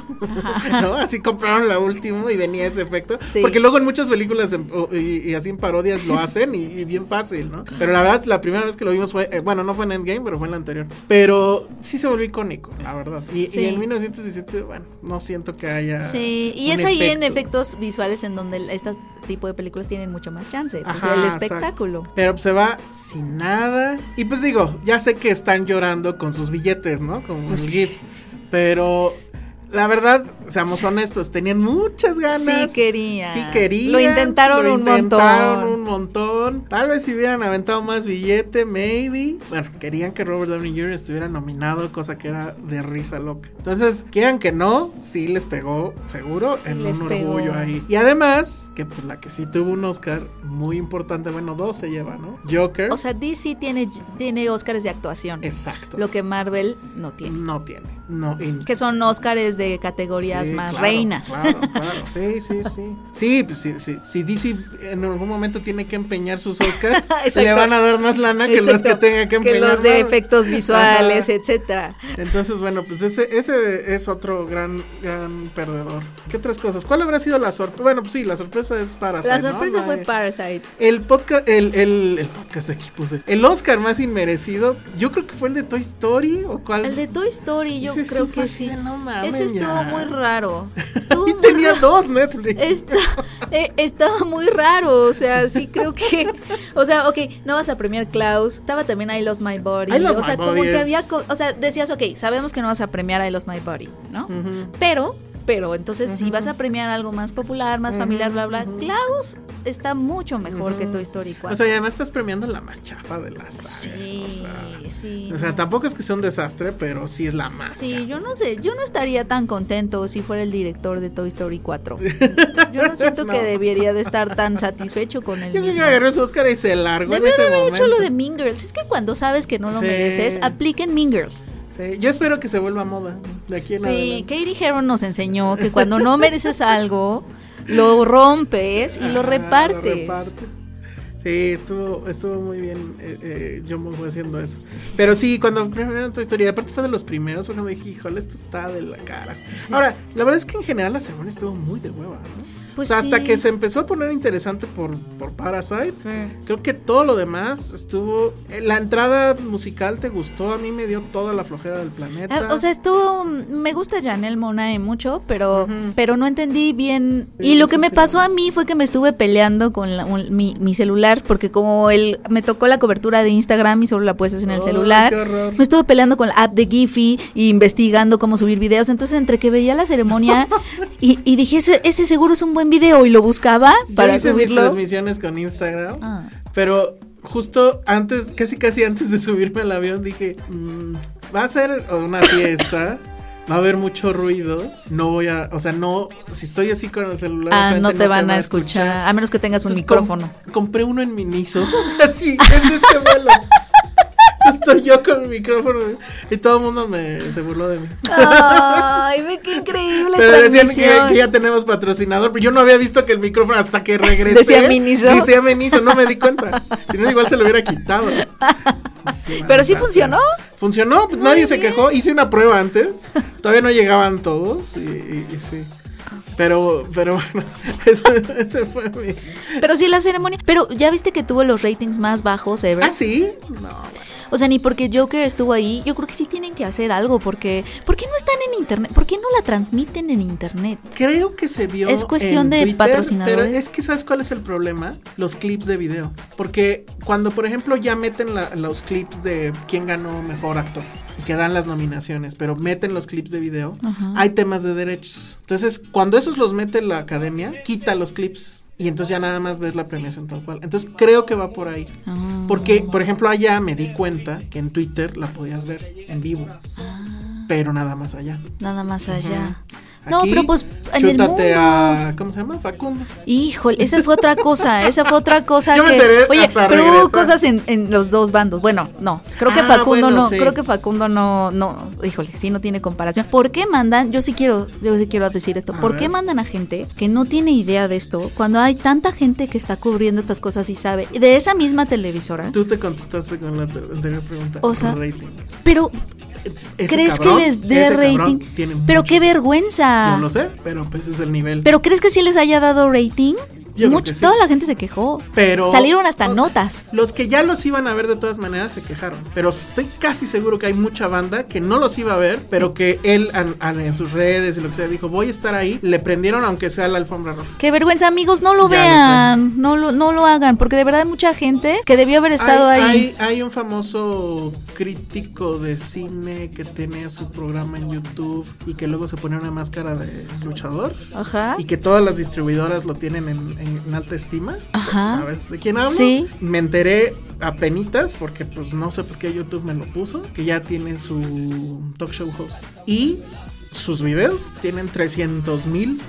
[SPEAKER 3] ¿no? Así compraron la última y venía ese efecto,
[SPEAKER 4] Sí.
[SPEAKER 3] porque luego en muchas películas en- o- y, y así en parodias lo hacen y, y bien fácil, ¿no? Pero la verdad la primera vez que lo vimos fue, eh, bueno, no fue en Endgame, pero fue en la anterior, pero sí se volvió icónico, la verdad. Y, y
[SPEAKER 4] Sí.
[SPEAKER 3] en 1917, bueno, no siento que haya
[SPEAKER 4] Sí, y
[SPEAKER 3] Ah, un
[SPEAKER 4] es ahí en efectos visuales en donde estas tipo de películas tienen mucho más chance. pues,
[SPEAKER 3] Ajá,
[SPEAKER 4] el
[SPEAKER 3] exacto.
[SPEAKER 4] espectáculo.
[SPEAKER 3] Pero pues, se va sin nada. Y pues digo, ya sé que están llorando con sus billetes, ¿no? Como
[SPEAKER 4] Pues
[SPEAKER 3] el
[SPEAKER 4] sí.
[SPEAKER 3] GIF. Pero la verdad, seamos honestos, tenían muchas ganas.
[SPEAKER 4] Sí querían.
[SPEAKER 3] Sí querían.
[SPEAKER 4] Lo intentaron
[SPEAKER 3] lo
[SPEAKER 4] un
[SPEAKER 3] intentaron
[SPEAKER 4] montón.
[SPEAKER 3] un montón. Tal vez si hubieran aventado más billete, maybe. Bueno, querían que Robert Downey Jr. estuviera nominado, cosa que era de risa loca. Entonces, quieran que no, sí les pegó, seguro,
[SPEAKER 4] Sí
[SPEAKER 3] en
[SPEAKER 4] les
[SPEAKER 3] un
[SPEAKER 4] pegó.
[SPEAKER 3] orgullo ahí. Y además, que pues la que sí tuvo un Oscar muy importante, bueno, dos se lleva, ¿no? Joker.
[SPEAKER 4] O sea, DC tiene, tiene Óscares de actuación.
[SPEAKER 3] exacto.
[SPEAKER 4] Lo que Marvel no tiene.
[SPEAKER 3] no tiene. No, y-
[SPEAKER 4] Que son Óscares de categorías
[SPEAKER 3] Sí,
[SPEAKER 4] más
[SPEAKER 3] claro,
[SPEAKER 4] reinas.
[SPEAKER 3] Claro, Ah, claro, sí, sí, sí. Sí, pues sí, sí. Si DC en algún momento tiene que empeñar sus Oscars,
[SPEAKER 4] Exacto.
[SPEAKER 3] le van a dar más lana que los
[SPEAKER 4] Exacto,
[SPEAKER 3] que tenga que empeñar.
[SPEAKER 4] los de
[SPEAKER 3] ¿no?
[SPEAKER 4] efectos visuales,
[SPEAKER 3] Ajá.
[SPEAKER 4] etcétera.
[SPEAKER 3] Entonces, bueno, pues ese, ese es otro gran, gran perdedor. ¿Qué otras cosas? ¿Cuál habrá sido la sorpresa? Bueno, pues sí, la sorpresa es para
[SPEAKER 4] La sorpresa fue Parasite.
[SPEAKER 3] el podcast, el, el, el podcast aquí puse. El Oscar más inmerecido, yo creo que fue el de Toy Story o cuál.
[SPEAKER 4] El de Toy Story, yo
[SPEAKER 3] Ese sí
[SPEAKER 4] creo
[SPEAKER 3] fue
[SPEAKER 4] que
[SPEAKER 3] así
[SPEAKER 4] sí.
[SPEAKER 3] de, "No mames,
[SPEAKER 4] Ese estuvo
[SPEAKER 3] ya".
[SPEAKER 4] muy raro. Estuvo
[SPEAKER 3] Y
[SPEAKER 4] muy
[SPEAKER 3] tenía
[SPEAKER 4] raro.
[SPEAKER 3] dos Netflix.
[SPEAKER 4] Está- eh, estaba muy raro, o sea, sí creo que. O sea, ok, no vas a premiar Klaus. Estaba también I Lost My Body.
[SPEAKER 3] I Lost
[SPEAKER 4] o sea,
[SPEAKER 3] My
[SPEAKER 4] como
[SPEAKER 3] Body
[SPEAKER 4] que
[SPEAKER 3] es-
[SPEAKER 4] había. co- O sea, decías, ok, sabemos que no vas a premiar I Lost My Body, ¿no?
[SPEAKER 3] Ujú.
[SPEAKER 4] Pero, pero, entonces si vas a premiar algo más popular, más familiar, bla, bla, Klaus está mucho mejor que Toy Story 4.
[SPEAKER 3] O sea, y además estás premiando la más chafa de las.
[SPEAKER 4] sí, sí.
[SPEAKER 3] O sea, tampoco es que sea un desastre, pero sí es la más. chafa.
[SPEAKER 4] Sí, yo no sé, yo no estaría tan contento si fuera el director de Toy Story 4. Yo no siento que
[SPEAKER 3] No.
[SPEAKER 4] debería de estar tan satisfecho con el
[SPEAKER 3] Yo creo que
[SPEAKER 4] mismo.
[SPEAKER 3] agarró su Oscar y se largó. en
[SPEAKER 4] Debió
[SPEAKER 3] ese
[SPEAKER 4] de haber hecho
[SPEAKER 3] momento.
[SPEAKER 4] lo de Mean Girls. Es que cuando sabes que no lo
[SPEAKER 3] Sí.
[SPEAKER 4] mereces, apliquen Mean Girls.
[SPEAKER 3] Sí, yo espero que se vuelva moda de aquí en
[SPEAKER 4] Sí,
[SPEAKER 3] adelante.
[SPEAKER 4] Katie Heron nos enseñó que cuando no mereces algo, lo rompes y
[SPEAKER 3] Ah,
[SPEAKER 4] lo repartes.
[SPEAKER 3] repartes. Sí, estuvo, estuvo muy bien eh, eh, John Boy haciendo eso. Pero sí, cuando primero Toy Story, aparte fue de los primeros, porque me dije, híjole, esto está de la cara. Ahora, la verdad es que en general la semana estuvo muy de hueva, ¿no? O
[SPEAKER 4] Pues
[SPEAKER 3] sea, hasta
[SPEAKER 4] sí.
[SPEAKER 3] que se empezó a poner interesante por, por Parasite,
[SPEAKER 4] Sí.
[SPEAKER 3] creo que todo lo demás estuvo... eh, La entrada musical te gustó, a mí me dio toda la flojera del planeta.
[SPEAKER 4] Ah, O sea, estuvo. Me gusta Janelle Monae mucho, pero, pero no entendí bien. Y lo que me pasó a mí fue que me estuve peleando con la- un- mi, mi celular, porque como él me tocó la cobertura de Instagram y solo la puedes hacer en el
[SPEAKER 3] Ay,
[SPEAKER 4] celular,
[SPEAKER 3] qué horror.
[SPEAKER 4] me estuve peleando con la app de Giphy y investigando cómo subir videos. Entonces, entre que veía la ceremonia y, y dije, ese, ese seguro es un buen video, y lo buscaba
[SPEAKER 3] Yo
[SPEAKER 4] para
[SPEAKER 3] hice mis
[SPEAKER 4] subirlo.
[SPEAKER 3] transmisiones con Instagram,
[SPEAKER 4] Ah.
[SPEAKER 3] pero justo antes, casi casi antes de subirme al avión, dije, "Mm, va a ser una fiesta. Va a haber mucho ruido, no voy a, o sea, no, si estoy así con el celular.
[SPEAKER 4] Ah,
[SPEAKER 3] enfrente,
[SPEAKER 4] no te
[SPEAKER 3] se
[SPEAKER 4] van
[SPEAKER 3] va
[SPEAKER 4] a escuchar, a menos que tengas un
[SPEAKER 3] Entonces,
[SPEAKER 4] micrófono.
[SPEAKER 3] com- compré uno en Miniso. Así, es este vuelo. Estoy yo con mi micrófono y todo el mundo me, se burló de mí.
[SPEAKER 4] Ay, ve qué increíble
[SPEAKER 3] Pero decían que,
[SPEAKER 4] transmisión.
[SPEAKER 3] que ya tenemos patrocinador, pero yo no había visto que el micrófono hasta que regresé.
[SPEAKER 4] Decía Miniso.
[SPEAKER 3] Decía Miniso, no me di cuenta. Si no, igual se lo hubiera quitado. Sí,
[SPEAKER 4] Pero sí
[SPEAKER 3] maldita
[SPEAKER 4] funcionó.
[SPEAKER 3] sea. Funcionó, pues, nadie se
[SPEAKER 4] bien.
[SPEAKER 3] quejó. Hice una prueba antes. Todavía no llegaban todos y, y- y sí. Pero, pero bueno, eso- ese fue mi...
[SPEAKER 4] Pero sí la ceremonia. Pero ya viste que tuvo los ratings más bajos ever.
[SPEAKER 3] ¿Ah, sí? No,
[SPEAKER 4] O sea, ni porque Joker estuvo ahí. Yo creo que sí tienen que hacer algo porque ¿por qué no están en internet? ¿Por qué no la transmiten en internet?
[SPEAKER 3] Creo que se vio.
[SPEAKER 4] Es cuestión
[SPEAKER 3] en
[SPEAKER 4] de
[SPEAKER 3] Twitter,
[SPEAKER 4] patrocinadores.
[SPEAKER 3] Pero es que, ¿sabes cuál es el problema? Los clips de video. Porque cuando, por ejemplo, ya meten la- los clips de quién ganó mejor actor y que dan las nominaciones, pero meten los clips de video, hay temas de derechos. Entonces, cuando esos los mete la academia, quita los clips. Y entonces ya nada más ves la premiación tal cual. Entonces creo que va por ahí.
[SPEAKER 4] Ah.
[SPEAKER 3] Porque, por ejemplo, allá me di cuenta que en Twitter la podías ver en vivo.
[SPEAKER 4] Ah.
[SPEAKER 3] Pero nada más allá.
[SPEAKER 4] Nada más allá.
[SPEAKER 3] Aquí,
[SPEAKER 4] No, pero pues en el
[SPEAKER 3] chútate
[SPEAKER 4] mundo.
[SPEAKER 3] a. ¿Cómo se llama? Facundo.
[SPEAKER 4] Híjole, esa fue otra cosa, esa fue otra cosa
[SPEAKER 3] Yo me
[SPEAKER 4] que
[SPEAKER 3] enteré
[SPEAKER 4] Oye,
[SPEAKER 3] hasta
[SPEAKER 4] pero hubo
[SPEAKER 3] regresar.
[SPEAKER 4] cosas en, en los dos bandos. Bueno, no, creo que
[SPEAKER 3] Ah,
[SPEAKER 4] Facundo
[SPEAKER 3] bueno,
[SPEAKER 4] no,
[SPEAKER 3] sí.
[SPEAKER 4] creo que Facundo no no, híjole, sí no tiene comparación. ¿Por qué mandan? Yo sí quiero yo sí quiero decir esto.
[SPEAKER 3] A
[SPEAKER 4] ¿Por qué
[SPEAKER 3] ver.
[SPEAKER 4] mandan a gente que no tiene idea de esto cuando hay tanta gente que está cubriendo estas cosas y sabe Y de esa misma televisora?
[SPEAKER 3] Tú te contestaste con la anter- anterior pregunta.
[SPEAKER 4] O sea,
[SPEAKER 3] rating.
[SPEAKER 4] Pero
[SPEAKER 3] Ese
[SPEAKER 4] ¿crees
[SPEAKER 3] cabrón-
[SPEAKER 4] que les dé
[SPEAKER 3] ese
[SPEAKER 4] rating?
[SPEAKER 3] cabrón tiene
[SPEAKER 4] Pero
[SPEAKER 3] mucho-
[SPEAKER 4] qué vergüenza.
[SPEAKER 3] No lo sé, pero pues es el nivel.
[SPEAKER 4] ¿Pero crees que sí les haya dado rating?
[SPEAKER 3] creo
[SPEAKER 4] Mucho-
[SPEAKER 3] que sí.
[SPEAKER 4] Toda la gente se quejó.
[SPEAKER 3] Pero-
[SPEAKER 4] salieron hasta
[SPEAKER 3] o-
[SPEAKER 4] notas.
[SPEAKER 3] los que ya los iban a ver de todas maneras se quejaron. Pero estoy casi seguro que hay mucha banda que no los iba a ver, pero que él an- an- en sus redes y lo que sea dijo, voy a estar ahí. Le prendieron aunque sea la alfombra roja.
[SPEAKER 4] Qué vergüenza, amigos, no
[SPEAKER 3] Ya lo
[SPEAKER 4] lo vean, no lo, no lo hagan, porque de verdad hay mucha gente que debió haber estado
[SPEAKER 3] hay,
[SPEAKER 4] ahí.
[SPEAKER 3] Hay, hay un famoso crítico de cine que tenía su programa en YouTube y que luego se pone una máscara de luchador.
[SPEAKER 4] Ajá.
[SPEAKER 3] Y que todas las distribuidoras lo tienen en, en- en alta estima.
[SPEAKER 4] Ajá.
[SPEAKER 3] ¿Sabes de quién hablo?
[SPEAKER 4] Sí.
[SPEAKER 3] Me enteré a penitas, porque pues no sé por qué YouTube me lo puso, que ya tiene su talk show host. Y sus videos tienen 300 mil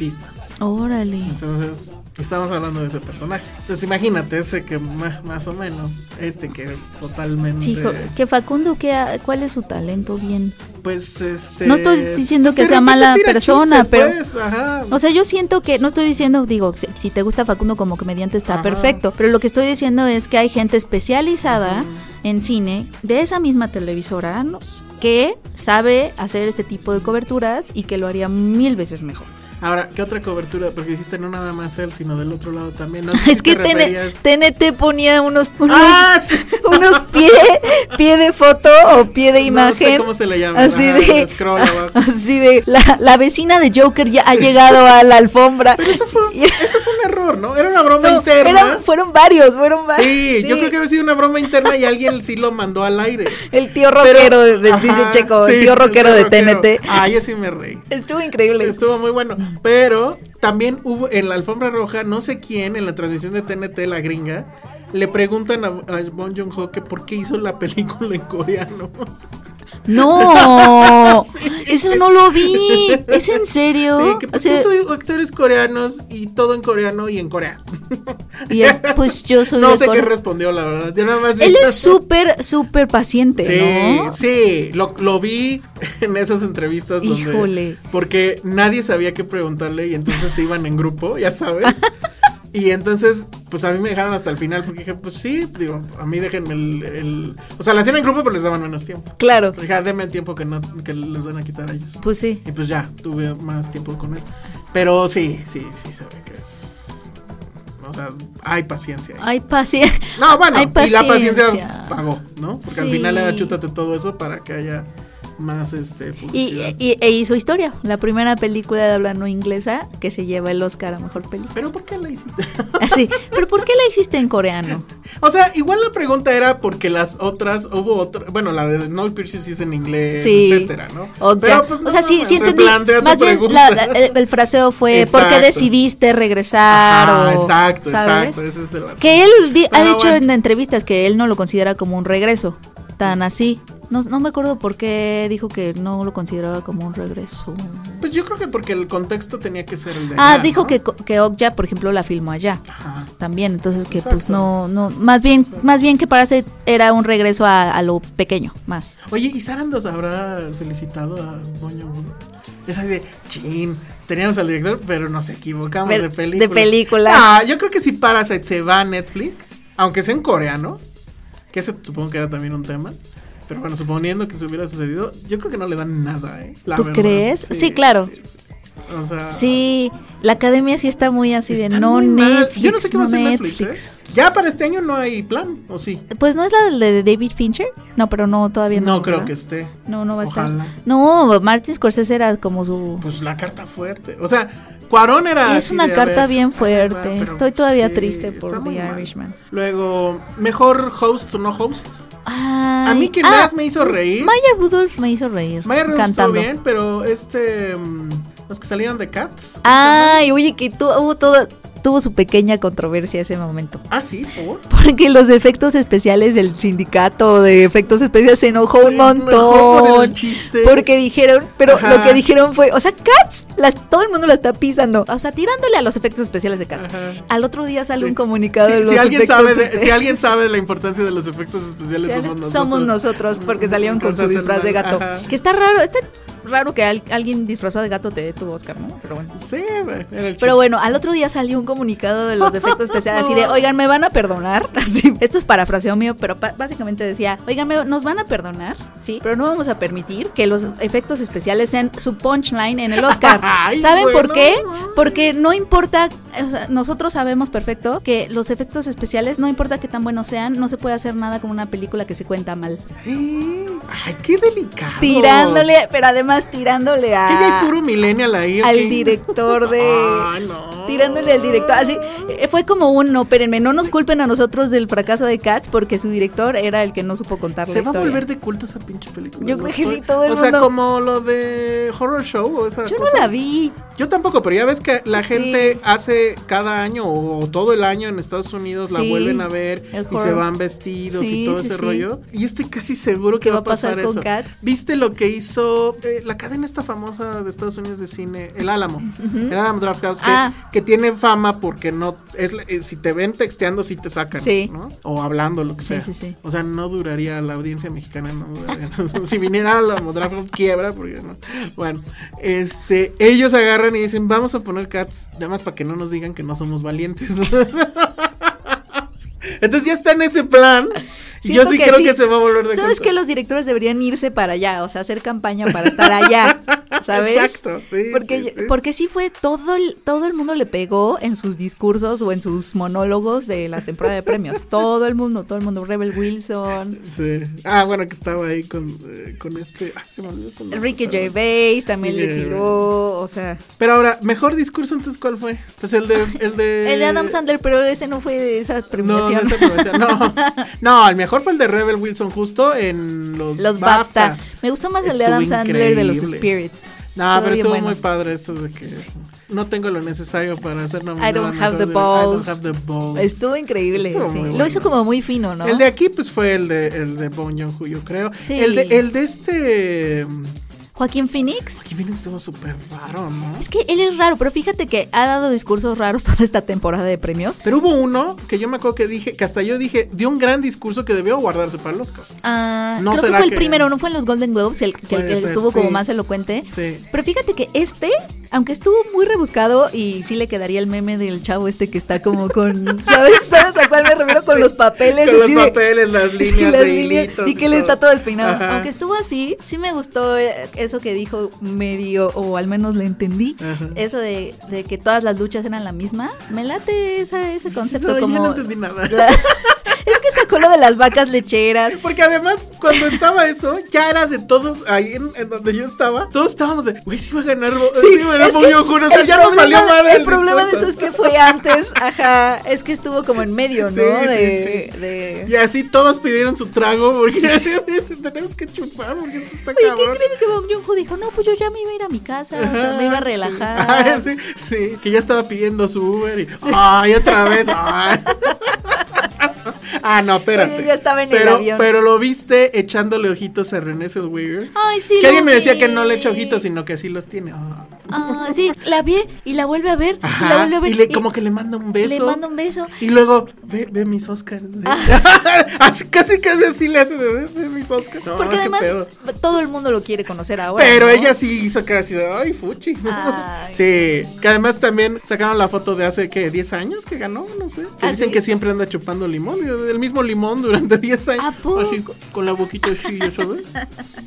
[SPEAKER 3] vistas.
[SPEAKER 4] Órale.
[SPEAKER 3] Entonces, estamos hablando de ese personaje. Entonces, imagínate ese que más, más o menos, este que es totalmente...
[SPEAKER 4] Sí, hijo, es que Facundo, ¿qué ha- ¿cuál es su talento bien?
[SPEAKER 3] Pues este...
[SPEAKER 4] No estoy diciendo que
[SPEAKER 3] de
[SPEAKER 4] sea
[SPEAKER 3] repente
[SPEAKER 4] mala
[SPEAKER 3] tira
[SPEAKER 4] persona,
[SPEAKER 3] chistes,
[SPEAKER 4] pero-
[SPEAKER 3] pues, ajá.
[SPEAKER 4] O sea, yo siento que, no estoy diciendo, digo, si, si te gusta Facundo como comediante está
[SPEAKER 3] Ajá.
[SPEAKER 4] perfecto, pero lo que estoy diciendo es que hay gente especializada en cine de esa misma televisora ¿no? que sabe hacer este tipo de coberturas y que lo haría mil veces mejor.
[SPEAKER 3] Ahora, ¿qué otra cobertura? Porque dijiste no nada más él, sino del otro lado también. No sé
[SPEAKER 4] Es
[SPEAKER 3] si
[SPEAKER 4] que Pues,
[SPEAKER 3] te
[SPEAKER 4] TN-
[SPEAKER 3] referías-
[SPEAKER 4] TNT ponía unos, unos-
[SPEAKER 3] ¡Ah! sí!
[SPEAKER 4] unos pie, pie de foto o pie de
[SPEAKER 3] No
[SPEAKER 4] imagen.
[SPEAKER 3] sé cómo se le llama.
[SPEAKER 4] Así
[SPEAKER 3] ajá,
[SPEAKER 4] de,
[SPEAKER 3] el scroll abajo.
[SPEAKER 4] así de, la, la vecina de Joker ya ha llegado a la alfombra.
[SPEAKER 3] Pero eso fue,
[SPEAKER 4] Y-
[SPEAKER 3] eso fue un error, ¿no? Era una broma
[SPEAKER 4] no,
[SPEAKER 3] interna.
[SPEAKER 4] eran- fueron varios, fueron varios.
[SPEAKER 3] sí, yo creo que había sido una broma interna y alguien sí lo mandó al aire.
[SPEAKER 4] El tío
[SPEAKER 3] Pero-
[SPEAKER 4] rockero, de- de- dice
[SPEAKER 3] ajá,
[SPEAKER 4] Checo,
[SPEAKER 3] sí,
[SPEAKER 4] el tío rockero de
[SPEAKER 3] rockero.
[SPEAKER 4] TNT.
[SPEAKER 3] Ah, yo sí me reí.
[SPEAKER 4] Estuvo increíble.
[SPEAKER 3] Estuvo muy bueno. Pero también hubo en la alfombra roja, no sé quién, en la transmisión de TNT, la gringa, le preguntan a, a Bong Joon-ho que por qué hizo la película en coreano.
[SPEAKER 4] No, eso no lo vi. ¿Es en serio?
[SPEAKER 3] Sí, que
[SPEAKER 4] O
[SPEAKER 3] por
[SPEAKER 4] sea,
[SPEAKER 3] qué soy actores coreanos y todo en coreano y en Corea.
[SPEAKER 4] y él, pues yo soy
[SPEAKER 3] no
[SPEAKER 4] de
[SPEAKER 3] sé qué
[SPEAKER 4] Corea.
[SPEAKER 3] respondió, la verdad. Yo nada más vi-
[SPEAKER 4] Él es súper, súper paciente,
[SPEAKER 3] Sí,
[SPEAKER 4] ¿no?
[SPEAKER 3] sí, lo, lo vi en esas entrevistas donde
[SPEAKER 4] Híjole.
[SPEAKER 3] porque nadie sabía qué preguntarle y entonces se iban en grupo, ya sabes. y entonces pues a mí me dejaron hasta el final porque dije, pues sí, digo, a mí déjenme el. el- O sea, la hacían en grupo, pero les daban menos tiempo.
[SPEAKER 4] Claro.
[SPEAKER 3] Dije, "Ah, denme el tiempo que, no, que les van a quitar a ellos.
[SPEAKER 4] Pues sí.
[SPEAKER 3] Y pues ya, tuve más tiempo con él. Pero sí, sí, sí, se ve que es. O sea, hay paciencia. ahí.
[SPEAKER 4] Hay paciencia.
[SPEAKER 3] No, bueno,
[SPEAKER 4] hay
[SPEAKER 3] y la paciencia
[SPEAKER 4] paciencia.
[SPEAKER 3] pagó, ¿no? Porque al
[SPEAKER 4] Sí.
[SPEAKER 3] final era chútate todo eso para que haya más este
[SPEAKER 4] Y,
[SPEAKER 3] publicidad.
[SPEAKER 4] y- e hizo historia. La primera película de habla no inglesa que se lleva el Oscar a mejor película.
[SPEAKER 3] Pero ¿por qué la hiciste?
[SPEAKER 4] Así. Pero ¿por qué la hiciste en coreano?
[SPEAKER 3] o sea, igual la pregunta era porque las otras hubo otra, bueno, la de Snowpiercer sí es en inglés,
[SPEAKER 4] Sí.
[SPEAKER 3] Eh, etcétera, ¿no?
[SPEAKER 4] O, ya- o sea, sí,
[SPEAKER 3] mames,
[SPEAKER 4] sí entendí.
[SPEAKER 3] replantea tu
[SPEAKER 4] Más bien,
[SPEAKER 3] pregunta.
[SPEAKER 4] la- la- el, el fraseo fue ¿por
[SPEAKER 3] Exacto.
[SPEAKER 4] qué decidiste regresar?
[SPEAKER 3] Ajá,
[SPEAKER 4] o-
[SPEAKER 3] Ah, exacto,
[SPEAKER 4] ¿sabes?
[SPEAKER 3] exacto, ese es el asunto.
[SPEAKER 4] Que él di- ha
[SPEAKER 3] Pero
[SPEAKER 4] dicho
[SPEAKER 3] bueno.
[SPEAKER 4] en entrevistas que él no lo considera como un regreso, tan así. No, no me acuerdo por qué dijo que no lo consideraba como un regreso.
[SPEAKER 3] Pues yo creo que porque el contexto tenía que ser el de
[SPEAKER 4] Ah,
[SPEAKER 3] allá,
[SPEAKER 4] dijo
[SPEAKER 3] ¿no?
[SPEAKER 4] que, co- que Okja, por ejemplo, la filmó allá
[SPEAKER 3] Ajá.
[SPEAKER 4] también, entonces que pues
[SPEAKER 3] Exacto.
[SPEAKER 4] no, no, más bien, más bien que para Seth era un regreso a, a lo pequeño, más.
[SPEAKER 3] Oye, ¿y Sarandos habrá felicitado a Doña Buru? Es así de, chin, teníamos al director, pero nos equivocamos
[SPEAKER 4] Pero-
[SPEAKER 3] de película.
[SPEAKER 4] de película.
[SPEAKER 3] Ah, yo creo que si Parasite se va a Netflix, aunque sea en coreano, que ese supongo que era también un tema, pero bueno, suponiendo que se hubiera sucedido, yo creo que no le dan nada, ¿eh? La
[SPEAKER 4] ¿Tú
[SPEAKER 3] verdad,
[SPEAKER 4] crees? Sí, claro.
[SPEAKER 3] sí. O sea...
[SPEAKER 4] Sí, la academia sí está muy así de
[SPEAKER 3] están
[SPEAKER 4] no
[SPEAKER 3] muy mal.
[SPEAKER 4] Netflix,
[SPEAKER 3] Yo no sé qué va a hacer Netflix, ¿eh?
[SPEAKER 4] Netflix".
[SPEAKER 3] Ya para este año no hay plan, ¿o sí?
[SPEAKER 4] Pues no es la de David Fincher, no, pero no todavía no.
[SPEAKER 3] No creo
[SPEAKER 4] ¿verdad?
[SPEAKER 3] que esté.
[SPEAKER 4] No, no va a
[SPEAKER 3] Ojalá.
[SPEAKER 4] estar. No, Martin Scorsese era como su.
[SPEAKER 3] Pues la carta fuerte. O sea, Cuarón era.
[SPEAKER 4] Es
[SPEAKER 3] así
[SPEAKER 4] una
[SPEAKER 3] de, Ah, a
[SPEAKER 4] carta
[SPEAKER 3] ver,
[SPEAKER 4] bien
[SPEAKER 3] a ver, va,
[SPEAKER 4] fuerte.
[SPEAKER 3] pero
[SPEAKER 4] Estoy todavía triste
[SPEAKER 3] está
[SPEAKER 4] por
[SPEAKER 3] muy
[SPEAKER 4] The
[SPEAKER 3] mal.
[SPEAKER 4] Irishman.
[SPEAKER 3] Luego, mejor host o no host.
[SPEAKER 4] Ay,
[SPEAKER 3] a mí quien
[SPEAKER 4] ah,
[SPEAKER 3] más me hizo reír.
[SPEAKER 4] Maya Rudolph me hizo reír.
[SPEAKER 3] Maya Rudolph estuvo
[SPEAKER 4] cantando.
[SPEAKER 3] bien, pero este. mm, los que salieron de Cats.
[SPEAKER 4] Ay, oye, que tu- hubo todo, tuvo su pequeña controversia ese momento.
[SPEAKER 3] Ah, sí, por.
[SPEAKER 4] Porque los efectos especiales del sindicato de efectos especiales se enojó
[SPEAKER 3] Se
[SPEAKER 4] un
[SPEAKER 3] enojó
[SPEAKER 4] montón.
[SPEAKER 3] por el chiste.
[SPEAKER 4] Porque dijeron, pero
[SPEAKER 3] Ajá.
[SPEAKER 4] lo que dijeron fue, o sea, Cats, las, todo el mundo la está pisando. O sea, tirándole a los efectos especiales de Cats.
[SPEAKER 3] Ajá.
[SPEAKER 4] Al otro día sale un comunicado de
[SPEAKER 3] Si,
[SPEAKER 4] los
[SPEAKER 3] si alguien
[SPEAKER 4] efectos
[SPEAKER 3] sabe de,
[SPEAKER 4] espe-
[SPEAKER 3] si alguien sabe de la importancia de los efectos especiales,
[SPEAKER 4] Somos
[SPEAKER 3] somos nosotros.
[SPEAKER 4] nosotros. porque salieron con su
[SPEAKER 3] Entonces,
[SPEAKER 4] disfraz de gato.
[SPEAKER 3] ajá.
[SPEAKER 4] Que está raro, está raro que al- alguien disfrazado de gato te dé tu Oscar, ¿no? Pero bueno.
[SPEAKER 3] Sí, güey, era el
[SPEAKER 4] Pero bueno, al otro día salió un comunicado de los defectos especiales así de, oigan, ¿me van a perdonar? Así, esto es parafraseo mío, pero pa- básicamente decía, oigan, ¿me- nos van a perdonar, ¿sí? Pero no vamos a permitir que los efectos especiales sean su punchline en el Oscar.
[SPEAKER 3] Ay,
[SPEAKER 4] ¿Saben
[SPEAKER 3] güey,
[SPEAKER 4] por
[SPEAKER 3] no
[SPEAKER 4] qué?
[SPEAKER 3] mames.
[SPEAKER 4] Porque no importa, o sea, nosotros sabemos perfecto que los efectos especiales, no importa qué tan buenos sean, no se puede hacer nada con una película que se cuenta mal.
[SPEAKER 3] Ay, qué delicado.
[SPEAKER 4] Tirándole, pero además tirándole a...
[SPEAKER 3] Ella hay puro millennial ahí. ¿o qué?
[SPEAKER 4] al director de.
[SPEAKER 3] Ay, Ah, no.
[SPEAKER 4] Tirándole al director. Así. eh, Fue como un no, espérenme, no nos culpen a nosotros del fracaso de Cats porque su director era el que no supo contar
[SPEAKER 3] Se
[SPEAKER 4] la
[SPEAKER 3] va
[SPEAKER 4] historia.
[SPEAKER 3] a volver de culto esa pinche película.
[SPEAKER 4] Yo
[SPEAKER 3] ¿no?
[SPEAKER 4] creo que sí, todo el
[SPEAKER 3] O sea,
[SPEAKER 4] mundo-
[SPEAKER 3] como lo de Horror Show o esa
[SPEAKER 4] Yo no
[SPEAKER 3] cosa.
[SPEAKER 4] la vi.
[SPEAKER 3] Yo tampoco, pero ya ves que la
[SPEAKER 4] Sí.
[SPEAKER 3] gente hace cada año o todo el año en Estados Unidos la
[SPEAKER 4] Sí,
[SPEAKER 3] vuelven a ver
[SPEAKER 4] el
[SPEAKER 3] y
[SPEAKER 4] horror.
[SPEAKER 3] se van vestidos
[SPEAKER 4] Sí,
[SPEAKER 3] y todo
[SPEAKER 4] sí,
[SPEAKER 3] ese
[SPEAKER 4] sí.
[SPEAKER 3] rollo. Y estoy casi seguro que va a pasar,
[SPEAKER 4] con
[SPEAKER 3] eso.
[SPEAKER 4] Cats?
[SPEAKER 3] ¿Viste lo que hizo eh, la cadena esta famosa de Estados Unidos de cine, El Álamo? El Álamo Draft House, que,
[SPEAKER 4] Ah.
[SPEAKER 3] que tiene fama porque no es la- eh, si te ven texteando sí te sacan,
[SPEAKER 4] Sí.
[SPEAKER 3] ¿no? O hablando lo que
[SPEAKER 4] Sí,
[SPEAKER 3] sea.
[SPEAKER 4] sí, sí.
[SPEAKER 3] O sea, no duraría la audiencia mexicana, no duraría. ¿no? si viniera a la Modrafron, quiebra, porque no. Bueno, este, ellos agarran y dicen, vamos a poner cats, nada más para que no nos digan que no somos valientes. Entonces ya está en ese plan. Yo
[SPEAKER 4] Siento
[SPEAKER 3] sí creo
[SPEAKER 4] sí.
[SPEAKER 3] que se va a volver de
[SPEAKER 4] ¿Sabes
[SPEAKER 3] culto.
[SPEAKER 4] que Los directores deberían irse para allá, o sea, hacer campaña para estar allá, ¿sabes?
[SPEAKER 3] Exacto, sí,
[SPEAKER 4] Porque,
[SPEAKER 3] sí,
[SPEAKER 4] yo-
[SPEAKER 3] sí.
[SPEAKER 4] porque sí fue todo el, todo el mundo le pegó en sus discursos o en sus monólogos de la temporada de premios. todo el mundo, todo el mundo. Rebel Wilson,
[SPEAKER 3] Sí. Ah, bueno, que estaba ahí con, eh, con este. Ah, se me olvidó su nombre,
[SPEAKER 4] Ricky
[SPEAKER 3] pero-
[SPEAKER 4] Gervais también le
[SPEAKER 3] Ricky Gervais.
[SPEAKER 4] tiró, o sea.
[SPEAKER 3] Pero ahora, mejor discurso entonces cuál fue? Pues el de el de
[SPEAKER 4] El de Adam Sandler, pero ese no fue de
[SPEAKER 3] Eh,
[SPEAKER 4] esa
[SPEAKER 3] No, no,
[SPEAKER 4] premiación.
[SPEAKER 3] esa premiación, no. No, el mejor fue el de Rebel Wilson justo en los,
[SPEAKER 4] los BAFTA. Me gustó más el de
[SPEAKER 3] Estuvo
[SPEAKER 4] Adam Sandler de los
[SPEAKER 3] increíble.
[SPEAKER 4] Spirit.
[SPEAKER 3] No, pero
[SPEAKER 4] bien
[SPEAKER 3] estuvo
[SPEAKER 4] bueno.
[SPEAKER 3] muy padre esto de que no tengo lo necesario para hacer nominado.
[SPEAKER 4] I don't
[SPEAKER 3] a
[SPEAKER 4] have the
[SPEAKER 3] mejor director. I
[SPEAKER 4] balls.
[SPEAKER 3] don't have the balls.
[SPEAKER 4] Estuvo increíble.
[SPEAKER 3] Estuvo
[SPEAKER 4] sí.
[SPEAKER 3] muy
[SPEAKER 4] Lo
[SPEAKER 3] bueno.
[SPEAKER 4] hizo como muy fino, ¿no?
[SPEAKER 3] El de aquí pues fue el de el de Bong Joon-ho, yo creo.
[SPEAKER 4] Sí.
[SPEAKER 3] El de el de este
[SPEAKER 4] Joaquín Phoenix.
[SPEAKER 3] Aquí viene estuvo súper raro, ¿no?
[SPEAKER 4] Es que él es raro, pero fíjate que ha dado discursos raros toda esta temporada de premios.
[SPEAKER 3] Pero hubo uno que yo me acuerdo que dije, que hasta yo dije, dio un gran discurso que debió guardarse para el Oscar.
[SPEAKER 4] Ah,
[SPEAKER 3] No
[SPEAKER 4] creo que
[SPEAKER 3] será
[SPEAKER 4] fue el
[SPEAKER 3] que-
[SPEAKER 4] primero, no fue en los Golden Globes el que, el
[SPEAKER 3] Puede
[SPEAKER 4] que
[SPEAKER 3] ser,
[SPEAKER 4] estuvo como
[SPEAKER 3] sí.
[SPEAKER 4] más elocuente.
[SPEAKER 3] Sí.
[SPEAKER 4] Pero fíjate que este Aunque estuvo muy rebuscado y sí le quedaría el meme del chavo este que está como con. ¿Sabes, ¿Sabes a cuál me refiero? Con los papeles.
[SPEAKER 3] Con los
[SPEAKER 4] así de-
[SPEAKER 3] papeles, las
[SPEAKER 4] sí,
[SPEAKER 3] líneas
[SPEAKER 4] las
[SPEAKER 3] de
[SPEAKER 4] líneas,
[SPEAKER 3] hilitos
[SPEAKER 4] Y que
[SPEAKER 3] y
[SPEAKER 4] él
[SPEAKER 3] todo.
[SPEAKER 4] está todo despeinado.
[SPEAKER 3] Ajá.
[SPEAKER 4] Aunque estuvo así, sí me gustó eh, eso que dijo medio, o al menos le entendí. Eso de, de que todas las luchas eran la misma. Me late esa- ese concepto
[SPEAKER 3] No, yo
[SPEAKER 4] como.
[SPEAKER 3] no entendí nada.
[SPEAKER 4] la- es que sacó lo de las vacas lecheras.
[SPEAKER 3] Porque además, cuando estaba eso, ya era de todos ahí en, en donde yo estaba. Todos estábamos de, güey, si va a ganar, sí, va a ganar
[SPEAKER 4] es que
[SPEAKER 3] Bobby Ojura", O sea,
[SPEAKER 4] el
[SPEAKER 3] ya nos valió
[SPEAKER 4] problema-
[SPEAKER 3] madre.
[SPEAKER 4] El problema de eso
[SPEAKER 3] discurso.
[SPEAKER 4] es que fue antes, ajá, es que estuvo como en medio, ¿no?
[SPEAKER 3] Sí, sí,
[SPEAKER 4] de,
[SPEAKER 3] sí.
[SPEAKER 4] de-
[SPEAKER 3] Y así todos pidieron su trago porque tenemos que chupar porque esto está
[SPEAKER 4] Oye, ¿qué
[SPEAKER 3] cabrón.
[SPEAKER 4] creen que Bong Joon-ho dijo? No, pues yo ya me iba a ir a mi casa, o sea, me iba
[SPEAKER 3] Ah,
[SPEAKER 4] a
[SPEAKER 3] sí.
[SPEAKER 4] relajar.
[SPEAKER 3] Ah, sí, sí, que ya estaba pidiendo su Uber y ay, otra vez. ay. ah, no, espérate.
[SPEAKER 4] Oye, ya estaba en el
[SPEAKER 3] pero,
[SPEAKER 4] avión.
[SPEAKER 3] Pero lo viste echándole ojitos a René Zellweger.
[SPEAKER 4] Ay, sí,
[SPEAKER 3] Que alguien
[SPEAKER 4] lo
[SPEAKER 3] me decía
[SPEAKER 4] vi.
[SPEAKER 3] que no le echa ojitos, sino que sí los tiene. Ah.
[SPEAKER 4] Ah, sí, la vi y la vuelve a ver, y la
[SPEAKER 3] Ajá,
[SPEAKER 4] vuelve a ver.
[SPEAKER 3] y le, como que le manda un beso.
[SPEAKER 4] le manda un beso.
[SPEAKER 3] Y luego, ve, ve mis Oscars. ve. así, casi, casi así le hace de ve, ve mis Oscars. No,
[SPEAKER 4] Porque
[SPEAKER 3] "Ah, qué
[SPEAKER 4] además
[SPEAKER 3] pedo.
[SPEAKER 4] todo el mundo lo quiere conocer ahora.
[SPEAKER 3] Pero
[SPEAKER 4] ¿no?
[SPEAKER 3] ella sí hizo cara así de, ay, fuchi.
[SPEAKER 4] Ay.
[SPEAKER 3] Sí, que además también sacaron la foto de hace, ¿qué? ¿10 años que ganó? No sé. Que
[SPEAKER 4] ¿Ah,
[SPEAKER 3] dicen
[SPEAKER 4] sí?
[SPEAKER 3] que siempre anda chupando limón, y el mismo limón durante 10 años.
[SPEAKER 4] ¿A poco?
[SPEAKER 3] Así, con, con la boquita así, ya sabes.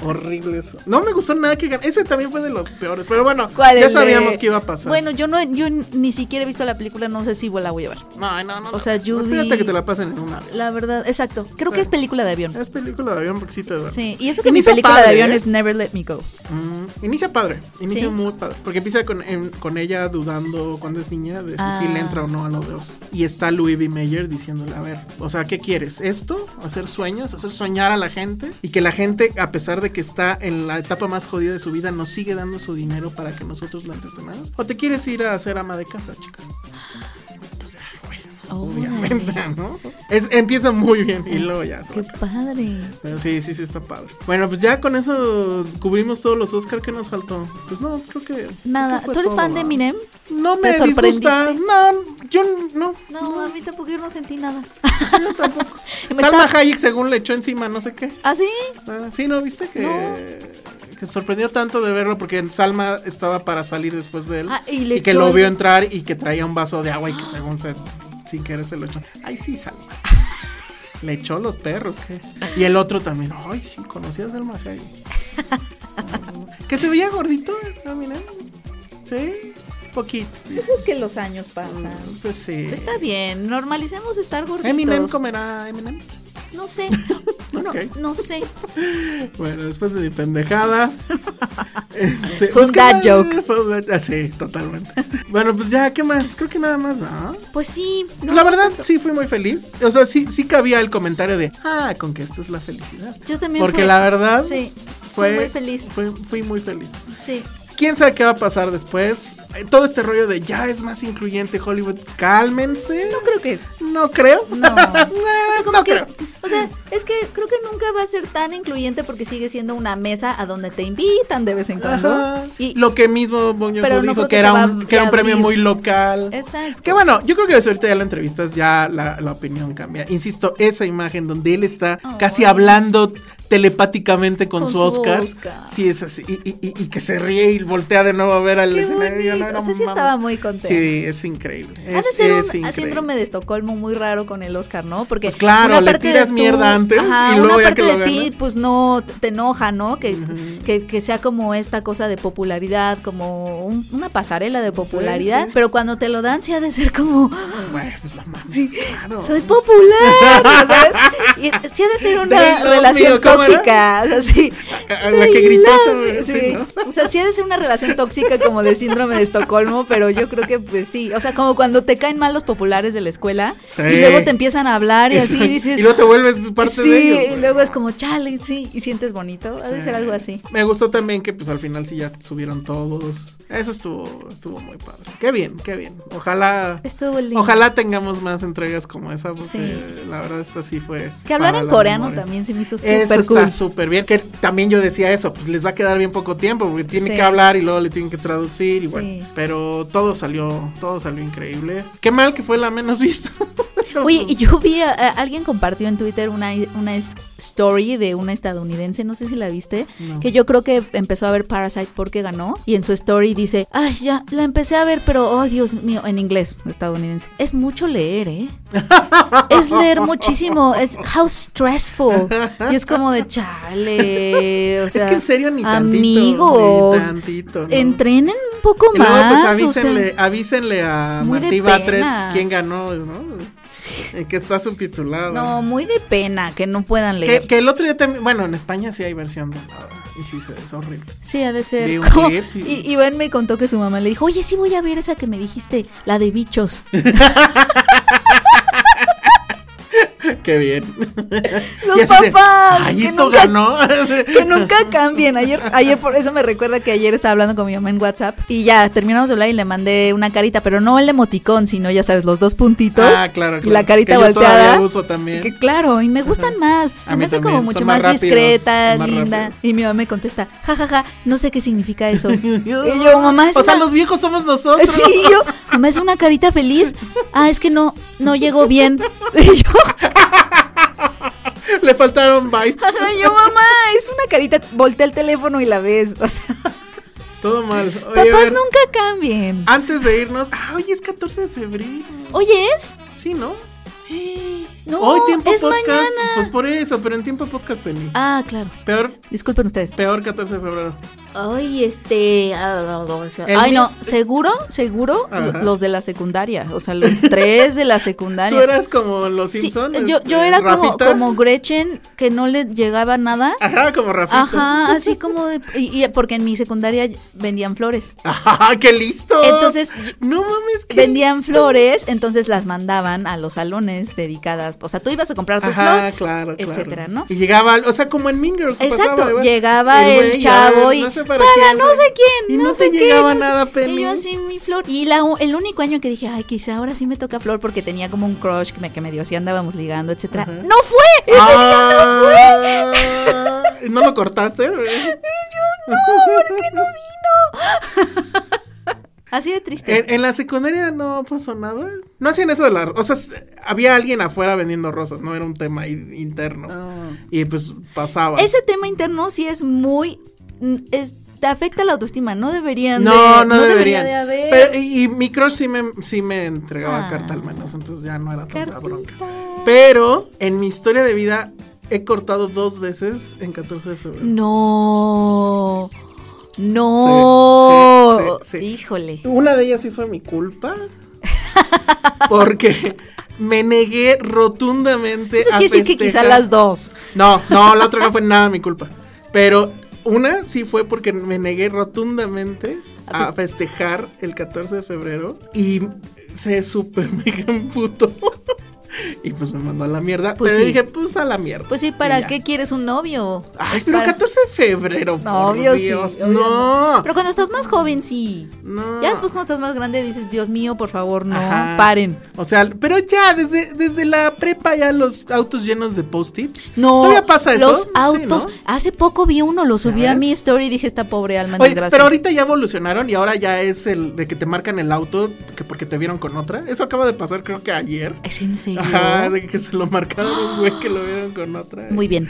[SPEAKER 3] Horrible eso. No me gustó nada que ganó. Ese también fue de los peores, pero bueno,
[SPEAKER 4] ¿Cuál,
[SPEAKER 3] ya
[SPEAKER 4] el de-
[SPEAKER 3] sabíamos que iba a pasar.
[SPEAKER 4] Bueno, yo no, yo ni siquiera he visto la película, no sé si la voy a ver.
[SPEAKER 3] no, no, no.
[SPEAKER 4] o sea,
[SPEAKER 3] yo
[SPEAKER 4] Judy-
[SPEAKER 3] Espérate que te la pasen en una vez.
[SPEAKER 4] La verdad, exacto. Creo
[SPEAKER 3] Ah.
[SPEAKER 4] que es película de avión.
[SPEAKER 3] Es película de avión porque sí te da.
[SPEAKER 4] Sí, y eso que mi
[SPEAKER 3] Inicia
[SPEAKER 4] película de
[SPEAKER 3] padre,
[SPEAKER 4] avión
[SPEAKER 3] ¿eh?
[SPEAKER 4] es Never Let Me Go.
[SPEAKER 3] Mm, Inicia padre, inicia
[SPEAKER 4] ¿Sí?
[SPEAKER 3] muy padre. Porque empieza con, en- con ella dudando cuando es niña de si,
[SPEAKER 4] Ah.
[SPEAKER 3] sí le entra o no a los dos. Y está Louis B. Mayer diciéndole, a ver, o sea, ¿qué quieres? ¿Esto? ¿Hacer sueños? ¿Hacer soñar a la gente? Y que la gente, a pesar de que está en la etapa más jodida de su vida, nos sigue dando su dinero para que nosotros la entretenamos. ¿O te quieres ir a ser ama de casa, chica? Entonces, ay, güey, pues,
[SPEAKER 4] Órale.
[SPEAKER 3] Obviamente, ¿no? Es, empieza muy bien y luego ya se
[SPEAKER 4] Qué
[SPEAKER 3] va.
[SPEAKER 4] padre.
[SPEAKER 3] Pero sí, sí, sí, está padre. Bueno, pues ya con eso cubrimos todos los Oscar que nos faltó. Pues no, creo que. creo
[SPEAKER 4] Nada,
[SPEAKER 3] que fue
[SPEAKER 4] ¿tú eres
[SPEAKER 3] todo,
[SPEAKER 4] fan de
[SPEAKER 3] ¿va?
[SPEAKER 4] Eminem?
[SPEAKER 3] No
[SPEAKER 4] ¿Te
[SPEAKER 3] me disgusta.
[SPEAKER 4] sorprendiste?
[SPEAKER 3] No, yo no.
[SPEAKER 4] No, a mí tampoco yo no sentí nada.
[SPEAKER 3] Yo tampoco.
[SPEAKER 4] Me
[SPEAKER 3] Salma
[SPEAKER 4] estaba-
[SPEAKER 3] Hayek, según le echó encima, no sé qué.
[SPEAKER 4] ¿Ah, sí?
[SPEAKER 3] Ah, sí, ¿no? ¿Viste que.? Que se sorprendió tanto de verlo porque Salma estaba para salir después de él.
[SPEAKER 4] Ah, y le
[SPEAKER 3] que
[SPEAKER 4] echó
[SPEAKER 3] lo
[SPEAKER 4] el-
[SPEAKER 3] vio entrar y que traía un vaso de agua y que según se. Sin querer se lo echó. Ay, sí, Salma. le echó los perros, ¿qué? Y el otro también. Ay, sí, conocía a Salma Hayek. que se veía gordito, ¿no? Mira. Sí, poquito.
[SPEAKER 4] Pues es que los años pasan.
[SPEAKER 3] Pues sí.
[SPEAKER 4] Mm. Está bien, normalicemos estar gorditos.
[SPEAKER 3] Eminem comerá Eminem.
[SPEAKER 4] No sé. No,
[SPEAKER 3] Ok.
[SPEAKER 4] no sé.
[SPEAKER 3] Bueno, después de mi pendejada. este,
[SPEAKER 4] Fue un
[SPEAKER 3] pues, ¿qué
[SPEAKER 4] dad
[SPEAKER 3] más?
[SPEAKER 4] joke.
[SPEAKER 3] Fue un dad- ah, sí, totalmente. bueno, pues ya, ¿qué más? Creo que nada más, ¿no?
[SPEAKER 4] Pues sí. no.
[SPEAKER 3] La verdad, sí fui muy feliz. O sea, sí, sí cabía el comentario de, ah, con que esto es la felicidad.
[SPEAKER 4] Yo también
[SPEAKER 3] Porque
[SPEAKER 4] fui-
[SPEAKER 3] la verdad,
[SPEAKER 4] Sí.
[SPEAKER 3] fue
[SPEAKER 4] Fui muy feliz.
[SPEAKER 3] fue- fui muy feliz.
[SPEAKER 4] Sí.
[SPEAKER 3] ¿Quién sabe qué va a pasar después? Eh, Todo este rollo de ya es más incluyente Hollywood. Cálmense.
[SPEAKER 4] No creo que.
[SPEAKER 3] No creo.
[SPEAKER 4] Ah, No.
[SPEAKER 3] Eh, no
[SPEAKER 4] que-
[SPEAKER 3] creo.
[SPEAKER 4] O sea, es que creo que nunca va a ser tan incluyente porque sigue siendo una mesa a donde te invitan de vez en cuando.
[SPEAKER 3] Ajá.
[SPEAKER 4] Y
[SPEAKER 3] lo que mismo Bong Joon-ho
[SPEAKER 4] Pero no
[SPEAKER 3] dijo
[SPEAKER 4] creo
[SPEAKER 3] que,
[SPEAKER 4] que
[SPEAKER 3] era
[SPEAKER 4] se va
[SPEAKER 3] un, que era un
[SPEAKER 4] a
[SPEAKER 3] premio
[SPEAKER 4] abrir.
[SPEAKER 3] muy local.
[SPEAKER 4] Exacto.
[SPEAKER 3] Que bueno, yo creo que desde ahorita ya la entrevistas ya la, la opinión cambia. Insisto, esa imagen donde él está casi hablando telepáticamente con,
[SPEAKER 4] Ah, Con
[SPEAKER 3] su
[SPEAKER 4] su
[SPEAKER 3] Oscar.
[SPEAKER 4] Oscar.
[SPEAKER 3] Sí, es así. Y, y- y- y que se ríe y voltea de nuevo a ver al
[SPEAKER 4] Qué
[SPEAKER 3] escenario.
[SPEAKER 4] bonito. O sea, sí estaba muy contento.
[SPEAKER 3] Sí, es increíble.
[SPEAKER 4] Ha de
[SPEAKER 3] Es-
[SPEAKER 4] ser un
[SPEAKER 3] es increíble.
[SPEAKER 4] síndrome de Estocolmo muy raro con el Oscar, ¿no? Porque
[SPEAKER 3] Pues claro,
[SPEAKER 4] una
[SPEAKER 3] le
[SPEAKER 4] parte de
[SPEAKER 3] tiras
[SPEAKER 4] tú-
[SPEAKER 3] mierda antes
[SPEAKER 4] ajá,
[SPEAKER 3] y luego
[SPEAKER 4] una
[SPEAKER 3] ya
[SPEAKER 4] parte
[SPEAKER 3] que lo
[SPEAKER 4] de ti,
[SPEAKER 3] ganas.
[SPEAKER 4] pues no te- te enoja, ¿no? Que, que, que sea como esta cosa de popularidad, como un- una pasarela de popularidad,
[SPEAKER 3] sí.
[SPEAKER 4] pero cuando te lo dan sí ha de ser como
[SPEAKER 3] Bueno, pues la mames, claro.
[SPEAKER 4] soy popular, ¿sabes? Y sí ha de ser una
[SPEAKER 3] They love
[SPEAKER 4] relación
[SPEAKER 3] me, ¿o cómo era?
[SPEAKER 4] tóxica, o sea, sí.
[SPEAKER 3] A- a la
[SPEAKER 4] They
[SPEAKER 3] que gritó
[SPEAKER 4] love
[SPEAKER 3] esa-
[SPEAKER 4] me,
[SPEAKER 3] sí,
[SPEAKER 4] sí.
[SPEAKER 3] ¿no?
[SPEAKER 4] O sea, sí ha de ser una relación tóxica como de síndrome de Estocolmo, pero yo creo que pues sí, o sea, como cuando te caen mal los populares de la escuela
[SPEAKER 3] Sí.
[SPEAKER 4] y luego te empiezan a hablar y así
[SPEAKER 3] Exacto.
[SPEAKER 4] dices
[SPEAKER 3] Y luego te vuelves parte
[SPEAKER 4] Sí, eh,
[SPEAKER 3] de ellos. pues.
[SPEAKER 4] y
[SPEAKER 3] güey.
[SPEAKER 4] luego es como chale, sí, y sientes bonito, ha de ser algo así.
[SPEAKER 3] Me gustó también que pues al final sí ya subieron todos. Eso estuvo estuvo muy padre. Qué bien, qué bien. Ojalá
[SPEAKER 4] Estuvo lindo.
[SPEAKER 3] Ojalá tengamos más entregas como esa porque
[SPEAKER 4] Sí.
[SPEAKER 3] la verdad esta sí fue
[SPEAKER 4] Que hablar
[SPEAKER 3] para
[SPEAKER 4] en
[SPEAKER 3] la
[SPEAKER 4] coreano
[SPEAKER 3] memoria.
[SPEAKER 4] también se me hizo
[SPEAKER 3] Eso
[SPEAKER 4] súper
[SPEAKER 3] está
[SPEAKER 4] cool.
[SPEAKER 3] súper bien. Que también yo decía eso, pues les va a quedar bien poco tiempo porque tiene
[SPEAKER 4] Sí.
[SPEAKER 3] que hablar y luego le tienen que traducir y
[SPEAKER 4] Sí.
[SPEAKER 3] bueno. Pero todo salió, todo salió increíble. Qué mal que fue la menos vista.
[SPEAKER 4] Oye, y yo vi, a- a- alguien compartió en Twitter una, una es- story de una estadounidense, no sé si la viste, que yo creo que empezó a ver Parasite porque ganó. Y en su story dice, ay, ya, la empecé a ver, pero, oh, Dios mío, en inglés, estadounidense. Es mucho leer, ¿eh? es leer muchísimo, es how stressful. Y es como de chale. O sea,
[SPEAKER 3] es que en serio ni tantito.
[SPEAKER 4] Amigos,
[SPEAKER 3] Ni tantito. ¿no?
[SPEAKER 4] entrenen un poco
[SPEAKER 3] Y luego, pues
[SPEAKER 4] más. o sea,
[SPEAKER 3] avísenle, avísenle a
[SPEAKER 4] muy de
[SPEAKER 3] Martí Batres
[SPEAKER 4] pena.
[SPEAKER 3] quién ganó, ¿no? Eh, Que está subtitulado.
[SPEAKER 4] no, muy de pena que no puedan leer.
[SPEAKER 3] que, que el otro día también. Bueno, en España sí hay versión doblada. Y sí, se- es horrible.
[SPEAKER 4] Sí, ha de ser.
[SPEAKER 3] Vi un
[SPEAKER 4] como-
[SPEAKER 3] clip y-
[SPEAKER 4] y Iván me contó que su mamá le dijo, oye, sí voy a ver esa que me dijiste, la de bichos.
[SPEAKER 3] Qué bien.
[SPEAKER 4] Los
[SPEAKER 3] Y así de,
[SPEAKER 4] papás,
[SPEAKER 3] Ay,
[SPEAKER 4] que
[SPEAKER 3] esto
[SPEAKER 4] nunca-
[SPEAKER 3] ganó.
[SPEAKER 4] Que nunca cambien. Ayer, ayer por eso me recuerda que ayer estaba hablando con mi mamá en WhatsApp y ya terminamos de hablar y le mandé una carita, pero no el emoticón, sino ya sabes, los dos puntitos.
[SPEAKER 3] Ah, claro,
[SPEAKER 4] Y la
[SPEAKER 3] claro,
[SPEAKER 4] carita
[SPEAKER 3] que yo
[SPEAKER 4] volteada.
[SPEAKER 3] todavía uso también.
[SPEAKER 4] Que claro, y me gustan
[SPEAKER 3] Ajá.
[SPEAKER 4] más.
[SPEAKER 3] A
[SPEAKER 4] Se
[SPEAKER 3] mí
[SPEAKER 4] me hace como
[SPEAKER 3] también,
[SPEAKER 4] mucho
[SPEAKER 3] son
[SPEAKER 4] más,
[SPEAKER 3] más rápidos,
[SPEAKER 4] discreta,
[SPEAKER 3] son más
[SPEAKER 4] linda.
[SPEAKER 3] rápidos.
[SPEAKER 4] Y mi mamá me contesta, jajaja, no sé qué significa eso. y yo, mamá, es
[SPEAKER 3] O sea,
[SPEAKER 4] una-
[SPEAKER 3] los viejos somos nosotros.
[SPEAKER 4] Sí, yo, mamá, es una carita feliz. Ah, es que no, no llegó bien. Y yo,
[SPEAKER 3] Le faltaron bytes.
[SPEAKER 4] ajá, yo, mamá, es una carita, voltea el teléfono y la ves. O sea,
[SPEAKER 3] Todo mal. Oye, a
[SPEAKER 4] papás
[SPEAKER 3] ver,
[SPEAKER 4] nunca cambien.
[SPEAKER 3] Antes de irnos. Ah, hoy es 14 de febrero.
[SPEAKER 4] Oye, es.
[SPEAKER 3] Sí, ¿no?
[SPEAKER 4] No,
[SPEAKER 3] Hoy tiempo
[SPEAKER 4] es
[SPEAKER 3] podcast.
[SPEAKER 4] mañana.
[SPEAKER 3] Pues por eso, pero en tiempo podcast, Penny.
[SPEAKER 4] Ah, claro.
[SPEAKER 3] Peor,
[SPEAKER 4] Disculpen ustedes.
[SPEAKER 3] peor 14 de febrero.
[SPEAKER 4] Ay, este.
[SPEAKER 3] El
[SPEAKER 4] Ay, no.
[SPEAKER 3] mío-
[SPEAKER 4] Seguro, seguro,
[SPEAKER 3] Ajá.
[SPEAKER 4] los de la secundaria. O sea, los tres de la secundaria.
[SPEAKER 3] Tú eras como los
[SPEAKER 4] Sí,
[SPEAKER 3] Simpsons.
[SPEAKER 4] yo, yo era como,
[SPEAKER 3] Rafita. Ah,
[SPEAKER 4] como Gretchen, que no le llegaba nada.
[SPEAKER 3] Ajá, como Rafita.
[SPEAKER 4] Ajá, así como de- y, y porque en mi secundaria vendían flores.
[SPEAKER 3] Ajá, qué listo.
[SPEAKER 4] Entonces, yo-
[SPEAKER 3] no mames, qué
[SPEAKER 4] Vendían
[SPEAKER 3] listos.
[SPEAKER 4] flores, entonces las mandaban a los salones dedicadas. O sea, tú ibas a comprar tu
[SPEAKER 3] Ajá,
[SPEAKER 4] flor,
[SPEAKER 3] claro, claro.
[SPEAKER 4] etcétera, ¿no?
[SPEAKER 3] Y llegaba, o sea, como en Mean Girls
[SPEAKER 4] Exacto,
[SPEAKER 3] pasaba, igual.
[SPEAKER 4] llegaba el,
[SPEAKER 3] güey,
[SPEAKER 4] chavo
[SPEAKER 3] ah,
[SPEAKER 4] y
[SPEAKER 3] no sé
[SPEAKER 4] para,
[SPEAKER 3] para, quién,
[SPEAKER 4] no sé quién,
[SPEAKER 3] Y no,
[SPEAKER 4] no
[SPEAKER 3] se
[SPEAKER 4] sé qué,
[SPEAKER 3] llegaba
[SPEAKER 4] no sé-
[SPEAKER 3] nada, Penny.
[SPEAKER 4] Y yo así mi flor. Y la u- el único año que dije, ay, quizá ahora sí me toca flor porque tenía como un crush que me, que me dio, así andábamos ligando, etcétera. ¡No fue! ¡Ese día no fue!
[SPEAKER 3] Ah, ¿No lo cortaste?
[SPEAKER 4] Así de triste.
[SPEAKER 3] En, en la secundaria no pasó nada. No hacían eso de las. O sea, s- había alguien afuera vendiendo rosas, no era un tema i- interno. Y pues pasaba.
[SPEAKER 4] Ah. Ese tema interno sí es muy. mm, es- te afecta la autoestima. No deberían.
[SPEAKER 3] no,
[SPEAKER 4] de-
[SPEAKER 3] no,
[SPEAKER 4] debería
[SPEAKER 3] deberían.
[SPEAKER 4] de haber.
[SPEAKER 3] Pero- y, y mi crush sí me, sí me entregaba
[SPEAKER 4] Ah.
[SPEAKER 3] carta al menos, entonces ya no era tanta
[SPEAKER 4] Cartita.
[SPEAKER 3] bronca. Pero en mi historia de vida he cortado dos veces en 14 de febrero.
[SPEAKER 4] No. No.
[SPEAKER 3] Sí, sí, sí, sí.
[SPEAKER 4] Híjole.
[SPEAKER 3] Una de ellas sí fue mi culpa. Porque me negué rotundamente
[SPEAKER 4] Eso
[SPEAKER 3] a
[SPEAKER 4] quiere decir que quizá
[SPEAKER 3] festejar.
[SPEAKER 4] las dos.
[SPEAKER 3] No, no, la otra no fue nada mi culpa. Pero una sí fue porque me negué rotundamente a festejar el 14 de febrero y se super mega emputó. Y pues me mandó a la mierda.
[SPEAKER 4] Pues
[SPEAKER 3] pero
[SPEAKER 4] sí.
[SPEAKER 3] dije, pues a la mierda.
[SPEAKER 4] Pues sí,
[SPEAKER 3] Y
[SPEAKER 4] ¿para
[SPEAKER 3] ya.
[SPEAKER 4] qué quieres un novio?
[SPEAKER 3] Ay,
[SPEAKER 4] Pues
[SPEAKER 3] pero
[SPEAKER 4] para-
[SPEAKER 3] 14 de febrero,
[SPEAKER 4] No,
[SPEAKER 3] por
[SPEAKER 4] obvio sí,
[SPEAKER 3] Dios.
[SPEAKER 4] obvio
[SPEAKER 3] no.
[SPEAKER 4] Pero cuando estás más joven, sí.
[SPEAKER 3] No.
[SPEAKER 4] Ya después cuando estás más grande dices, Dios mío, por favor, no,
[SPEAKER 3] Ajá.
[SPEAKER 4] paren.
[SPEAKER 3] O sea, pero ya, desde, desde la prepa ya los autos llenos de post-its.
[SPEAKER 4] No,
[SPEAKER 3] ¿Todavía pasa eso?
[SPEAKER 4] los
[SPEAKER 3] Sí,
[SPEAKER 4] autos.
[SPEAKER 3] ¿no?
[SPEAKER 4] Hace poco vi uno, lo subí a
[SPEAKER 3] ves?
[SPEAKER 4] mi story y dije, esta pobre alma en
[SPEAKER 3] Oye,
[SPEAKER 4] desgracia.
[SPEAKER 3] pero ahorita ya evolucionaron y ahora ya es el de que te marcan el auto que porque te vieron con otra. Eso acaba de pasar creo que ayer.
[SPEAKER 4] ¿Es en serio?
[SPEAKER 3] Ajá, de que se lo marcaron a un güey que lo vieron con otra.
[SPEAKER 4] Muy bien.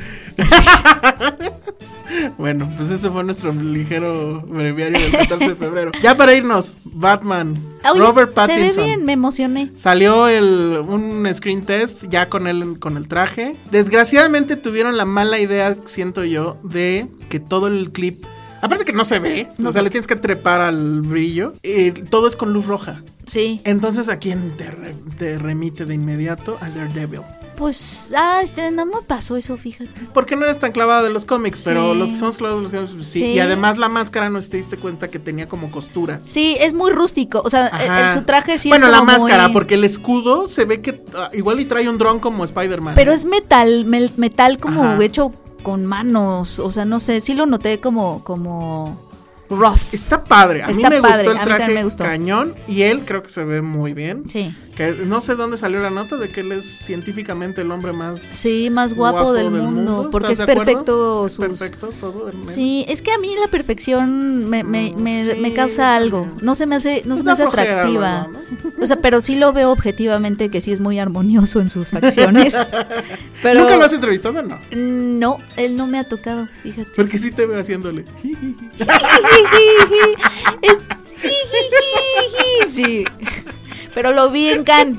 [SPEAKER 3] Bueno, pues ese fue nuestro ligero breviario del 14 de febrero. ya para irnos, Batman,
[SPEAKER 4] Oye,
[SPEAKER 3] Robert
[SPEAKER 4] Se
[SPEAKER 3] Pattinson.
[SPEAKER 4] ve bien, me emocioné.
[SPEAKER 3] Salió el, un screen test ya con el, con el traje. Desgraciadamente tuvieron la mala idea, siento yo, de que todo el clip... Aparte que no se ve, o sea, le tienes que trepar al brillo. eh, todo es con luz roja.
[SPEAKER 4] Sí.
[SPEAKER 3] Entonces, ¿a quién te, re- te remite de inmediato? A Daredevil.
[SPEAKER 4] Pues, ah, este, no me pasó eso, fíjate.
[SPEAKER 3] Porque no eres tan clavada de los cómics, pero
[SPEAKER 4] Sí.
[SPEAKER 3] los que somos clavados de los cómics, pues sí.
[SPEAKER 4] Sí.
[SPEAKER 3] Y además la máscara, no sé si te diste cuenta que tenía como costuras.
[SPEAKER 4] Sí, es muy rústico. O sea, e, el-
[SPEAKER 3] Ajá.
[SPEAKER 4] el- Eh, su traje sí
[SPEAKER 3] bueno,
[SPEAKER 4] es
[SPEAKER 3] la
[SPEAKER 4] como
[SPEAKER 3] máscara,
[SPEAKER 4] muy-
[SPEAKER 3] porque el escudo se ve que ah, igual y trae un dron como Spider-Man.
[SPEAKER 4] Pero es metal, mel- metal como
[SPEAKER 3] Ajá.
[SPEAKER 4] hecho con manos. O sea, no sé, sí lo noté como, como rough.
[SPEAKER 3] Está padre. A mí
[SPEAKER 4] Está
[SPEAKER 3] me
[SPEAKER 4] padre,
[SPEAKER 3] gustó el
[SPEAKER 4] a mí también
[SPEAKER 3] traje
[SPEAKER 4] me gustó.
[SPEAKER 3] cañón y él creo que se ve muy bien.
[SPEAKER 4] Sí.
[SPEAKER 3] Que no sé dónde salió la nota de que él es científicamente el hombre más
[SPEAKER 4] Sí, más guapo, del, mundo, porque es
[SPEAKER 3] ¿Estás de acuerdo?
[SPEAKER 4] perfecto.
[SPEAKER 3] Es
[SPEAKER 4] sus-
[SPEAKER 3] perfecto todo. el men.
[SPEAKER 4] Sí, es que a mí la perfección me, me,
[SPEAKER 3] Mm,
[SPEAKER 4] me-
[SPEAKER 3] sí,
[SPEAKER 4] me causa algo. No se me hace, no
[SPEAKER 3] Es
[SPEAKER 4] se me hace
[SPEAKER 3] una flojera,
[SPEAKER 4] atractiva.
[SPEAKER 3] bueno,
[SPEAKER 4] O sea, pero sí lo veo objetivamente que sí es muy armonioso en sus facciones. Pero
[SPEAKER 3] ¿Nunca lo has entrevistado? No.
[SPEAKER 4] no, él no me ha tocado, fíjate.
[SPEAKER 3] Porque sí te veo haciéndole.
[SPEAKER 4] Es- sí. Pero lo vi en Cannes.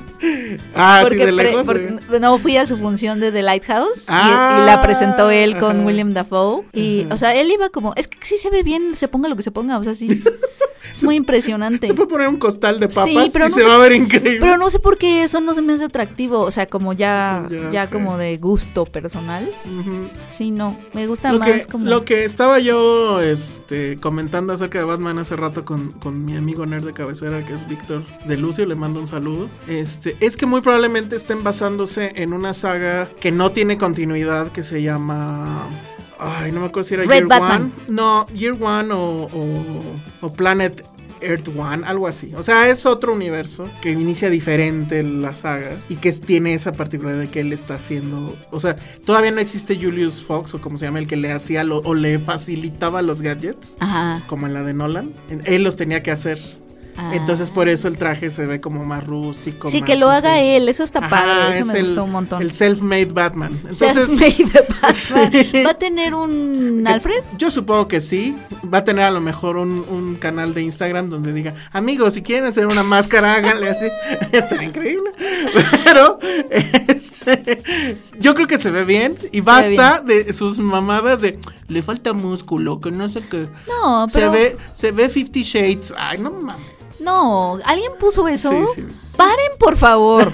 [SPEAKER 3] Ah, sí,
[SPEAKER 4] porque
[SPEAKER 3] de
[SPEAKER 4] pre-
[SPEAKER 3] lejos.
[SPEAKER 4] porque
[SPEAKER 3] eh.
[SPEAKER 4] no fui a su función de The Lighthouse y- y,
[SPEAKER 3] Ah,
[SPEAKER 4] la presentó él con
[SPEAKER 3] ajá.
[SPEAKER 4] William Dafoe y o sea él iba como es que sí se ve bien se ponga lo que se ponga o sea sí es, es muy impresionante
[SPEAKER 3] Se puede poner un costal de papas
[SPEAKER 4] Sí, pero
[SPEAKER 3] y
[SPEAKER 4] no
[SPEAKER 3] se
[SPEAKER 4] sé-
[SPEAKER 3] va a ver increíble.
[SPEAKER 4] pero no sé por qué eso no se me hace atractivo o sea como ya
[SPEAKER 3] Ya,
[SPEAKER 4] ya,
[SPEAKER 3] ok.
[SPEAKER 4] como de gusto personal
[SPEAKER 3] Ujú.
[SPEAKER 4] sí no me gusta
[SPEAKER 3] lo
[SPEAKER 4] más
[SPEAKER 3] que,
[SPEAKER 4] como
[SPEAKER 3] lo que estaba yo este, comentando acerca de Batman hace rato con, con mi amigo nerd de cabecera que es Víctor de Lucio, le mando un saludo. Este, es que muy probablemente estén basándose en una saga que no tiene continuidad que se llama. Ay, no me acuerdo si era
[SPEAKER 4] Red
[SPEAKER 3] Year
[SPEAKER 4] Batman.
[SPEAKER 3] One. No, Year One o, o- o Planet Earth One, algo así. O sea, es otro universo que inicia diferente la saga y que es- tiene esa particularidad de que él está haciendo. O sea, todavía no existe Julius Fox o como se llama el que le hacía lo- o le facilitaba los gadgets,
[SPEAKER 4] Ajá.
[SPEAKER 3] como en la de Nolan. En- Él los tenía que hacer.
[SPEAKER 4] Ah.
[SPEAKER 3] Entonces, por eso el traje se ve como más rústico.
[SPEAKER 4] sí
[SPEAKER 3] más
[SPEAKER 4] que lo haga
[SPEAKER 3] así.
[SPEAKER 4] él eso está
[SPEAKER 3] Ajá,
[SPEAKER 4] padre eso
[SPEAKER 3] es
[SPEAKER 4] me
[SPEAKER 3] el-
[SPEAKER 4] gustó un montón
[SPEAKER 3] El self-made Batman. Entonces,
[SPEAKER 4] Self-made Batman.
[SPEAKER 3] Sí.
[SPEAKER 4] va a tener un
[SPEAKER 3] que-
[SPEAKER 4] Alfred
[SPEAKER 3] Yo supongo que sí. Va a tener a lo mejor un, un canal de Instagram donde diga, amigos, si quieren hacer una máscara, háganle así. Estaría increíble. Pero este, yo creo que se ve bien y
[SPEAKER 4] ve
[SPEAKER 3] basta de sus mamadas de le falta músculo, que no sé qué.
[SPEAKER 4] No,
[SPEAKER 3] se
[SPEAKER 4] pero-
[SPEAKER 3] ve se ve 50 shades. Ay, no mames.
[SPEAKER 4] No, ¿alguien puso eso?
[SPEAKER 3] Sí, sí.
[SPEAKER 4] Paren, por favor.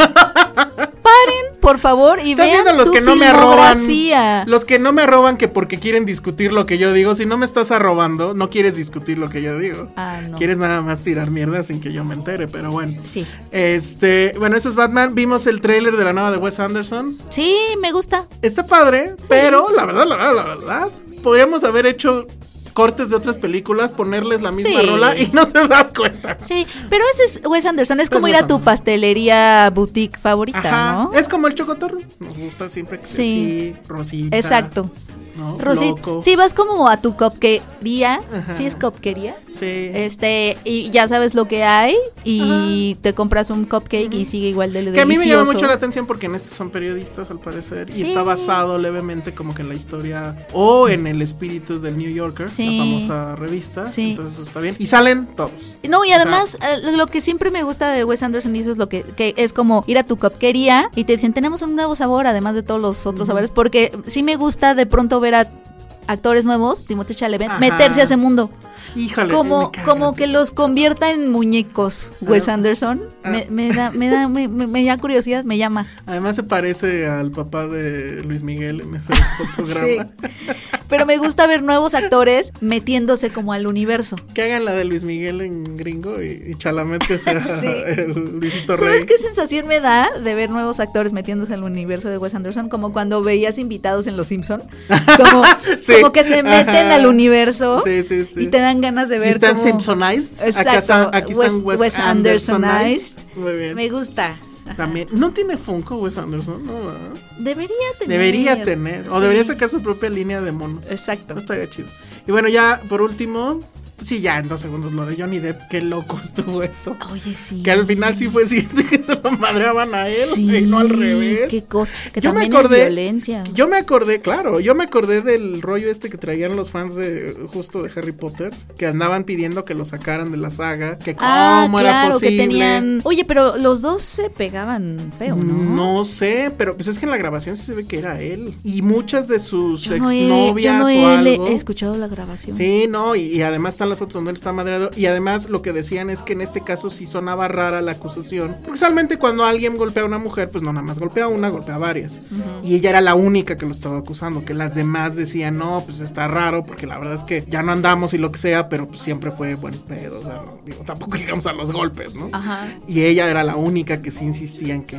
[SPEAKER 4] Paren, por favor, y
[SPEAKER 3] Estás
[SPEAKER 4] vean
[SPEAKER 3] viendo los
[SPEAKER 4] su
[SPEAKER 3] que no me arroban.
[SPEAKER 4] filmografía.
[SPEAKER 3] Los que no me arroban que porque quieren discutir lo que yo digo. Si no me estás arrobando, no quieres discutir lo que yo digo.
[SPEAKER 4] Ah, no.
[SPEAKER 3] Quieres nada más tirar mierda sin que yo me entere, pero bueno.
[SPEAKER 4] Sí.
[SPEAKER 3] Este, bueno, eso es Batman. Vimos el tráiler de la nueva de Wes Anderson.
[SPEAKER 4] Sí, me gusta.
[SPEAKER 3] Está padre, pero la verdad, la verdad, la verdad, podríamos haber hecho cortes de otras películas, ponerles la misma
[SPEAKER 4] Sí.
[SPEAKER 3] rola y no te das cuenta.
[SPEAKER 4] Sí, pero ese es Wes Anderson, es
[SPEAKER 3] Pues
[SPEAKER 4] como
[SPEAKER 3] Wes
[SPEAKER 4] ir a tu
[SPEAKER 3] Anderson.
[SPEAKER 4] pastelería boutique favorita,
[SPEAKER 3] Ajá.
[SPEAKER 4] ¿no?
[SPEAKER 3] Es como el chocotorro. Nos gusta siempre que sí,
[SPEAKER 4] Sí.
[SPEAKER 3] Rosita.
[SPEAKER 4] Exacto.
[SPEAKER 3] ¿no?
[SPEAKER 4] Rosita,
[SPEAKER 3] Loco.
[SPEAKER 4] sí vas como a tu copquería,
[SPEAKER 3] Ajá.
[SPEAKER 4] sí es copquería.
[SPEAKER 3] Sí.
[SPEAKER 4] Este, y ya sabes lo que hay y te compras un cupcake y sigue igual de
[SPEAKER 3] Que a
[SPEAKER 4] delicioso.
[SPEAKER 3] mí me llama mucho la atención porque en este son periodistas al parecer y
[SPEAKER 4] Sí.
[SPEAKER 3] está basado levemente como que en la historia o en el espíritu del New Yorker,
[SPEAKER 4] Sí.
[SPEAKER 3] la famosa revista.
[SPEAKER 4] Sí.
[SPEAKER 3] Entonces eso está bien. Y salen todos.
[SPEAKER 4] No, y
[SPEAKER 3] O sea-
[SPEAKER 4] además eh, lo que siempre me gusta de Wes Anderson y eso es lo que, que es como ir a tu cupquería y te dicen, tenemos un nuevo sabor, además de todos los otros sabores, porque sí me gusta de pronto ver a actores nuevos, Timothée Chalamet,
[SPEAKER 3] Ajá.
[SPEAKER 4] meterse a ese mundo.
[SPEAKER 3] Híjole. me
[SPEAKER 4] Como,
[SPEAKER 3] caga,
[SPEAKER 4] como
[SPEAKER 3] tío.
[SPEAKER 4] que los convierta en muñecos, Wes
[SPEAKER 3] Ah.
[SPEAKER 4] Anderson.
[SPEAKER 3] Ah.
[SPEAKER 4] Me, me da, me da, me, me- me da curiosidad, me llama.
[SPEAKER 3] Además se parece al papá de Luis Miguel en ese fotograma.
[SPEAKER 4] Pero me gusta ver nuevos actores metiéndose como al universo.
[SPEAKER 3] Que hagan la de Luis Miguel en gringo y, y Chalamet que sea
[SPEAKER 4] Sí.
[SPEAKER 3] el Luisito Rey.
[SPEAKER 4] ¿Sabes qué sensación me da de ver nuevos actores metiéndose al universo de Wes Anderson? Como cuando veías invitados en Los Simpson. Como,
[SPEAKER 3] Sí.
[SPEAKER 4] como que se meten
[SPEAKER 3] Ajá.
[SPEAKER 4] al universo
[SPEAKER 3] Sí, sí, sí.
[SPEAKER 4] y te dan ganas de
[SPEAKER 3] Y
[SPEAKER 4] ver.
[SPEAKER 3] están
[SPEAKER 4] cómo-
[SPEAKER 3] Simpsonized. Acá
[SPEAKER 4] Exacto.
[SPEAKER 3] están- aquí están Wes Andersonized. Muy bien.
[SPEAKER 4] Me gusta.
[SPEAKER 3] También. ¿No tiene Funko Wes Anderson? No, ¿verdad?
[SPEAKER 4] Debería tener.
[SPEAKER 3] Debería tener. O
[SPEAKER 4] Sí.
[SPEAKER 3] debería sacar su propia línea de monos.
[SPEAKER 4] Exacto.
[SPEAKER 3] No estaría chido. Y bueno, ya por último. Sí, ya en dos segundos lo de Johnny Depp. Qué loco estuvo eso.
[SPEAKER 4] Oye, sí.
[SPEAKER 3] Que al final sí fue cierto que se lo madreaban a él. y no al revés.
[SPEAKER 4] Qué cosa. Que
[SPEAKER 3] Yo me
[SPEAKER 4] también
[SPEAKER 3] acordé-
[SPEAKER 4] es violencia.
[SPEAKER 3] Yo me acordé, claro, yo me acordé del rollo este que traían los fans de justo de Harry Potter, que andaban pidiendo que lo sacaran de la saga, que
[SPEAKER 4] ah,
[SPEAKER 3] cómo era
[SPEAKER 4] claro,
[SPEAKER 3] posible.
[SPEAKER 4] que tenían. Oye, pero los dos se pegaban feo, ¿no?
[SPEAKER 3] No sé, pero pues es que en la grabación sí se ve que era él. Y muchas de sus
[SPEAKER 4] Yo no he-
[SPEAKER 3] exnovias
[SPEAKER 4] yo no
[SPEAKER 3] o
[SPEAKER 4] he le-
[SPEAKER 3] algo.
[SPEAKER 4] he escuchado la grabación.
[SPEAKER 3] Sí, no, y, y además están las fotos donde él está madreado. Y además lo que decían es que en este caso sí sonaba rara la acusación. Porque usualmente cuando alguien golpea a una mujer, pues no nada más golpea a una, golpea a varias. Y ella era la única que lo estaba acusando, que las demás decían, no, pues está raro, porque la verdad es que ya no andamos y lo que sea, pero pues siempre fue buen pedo. O sea, no, digo, tampoco llegamos a los golpes, ¿no?
[SPEAKER 4] Ajá.
[SPEAKER 3] Y ella era la única que sí insistía en que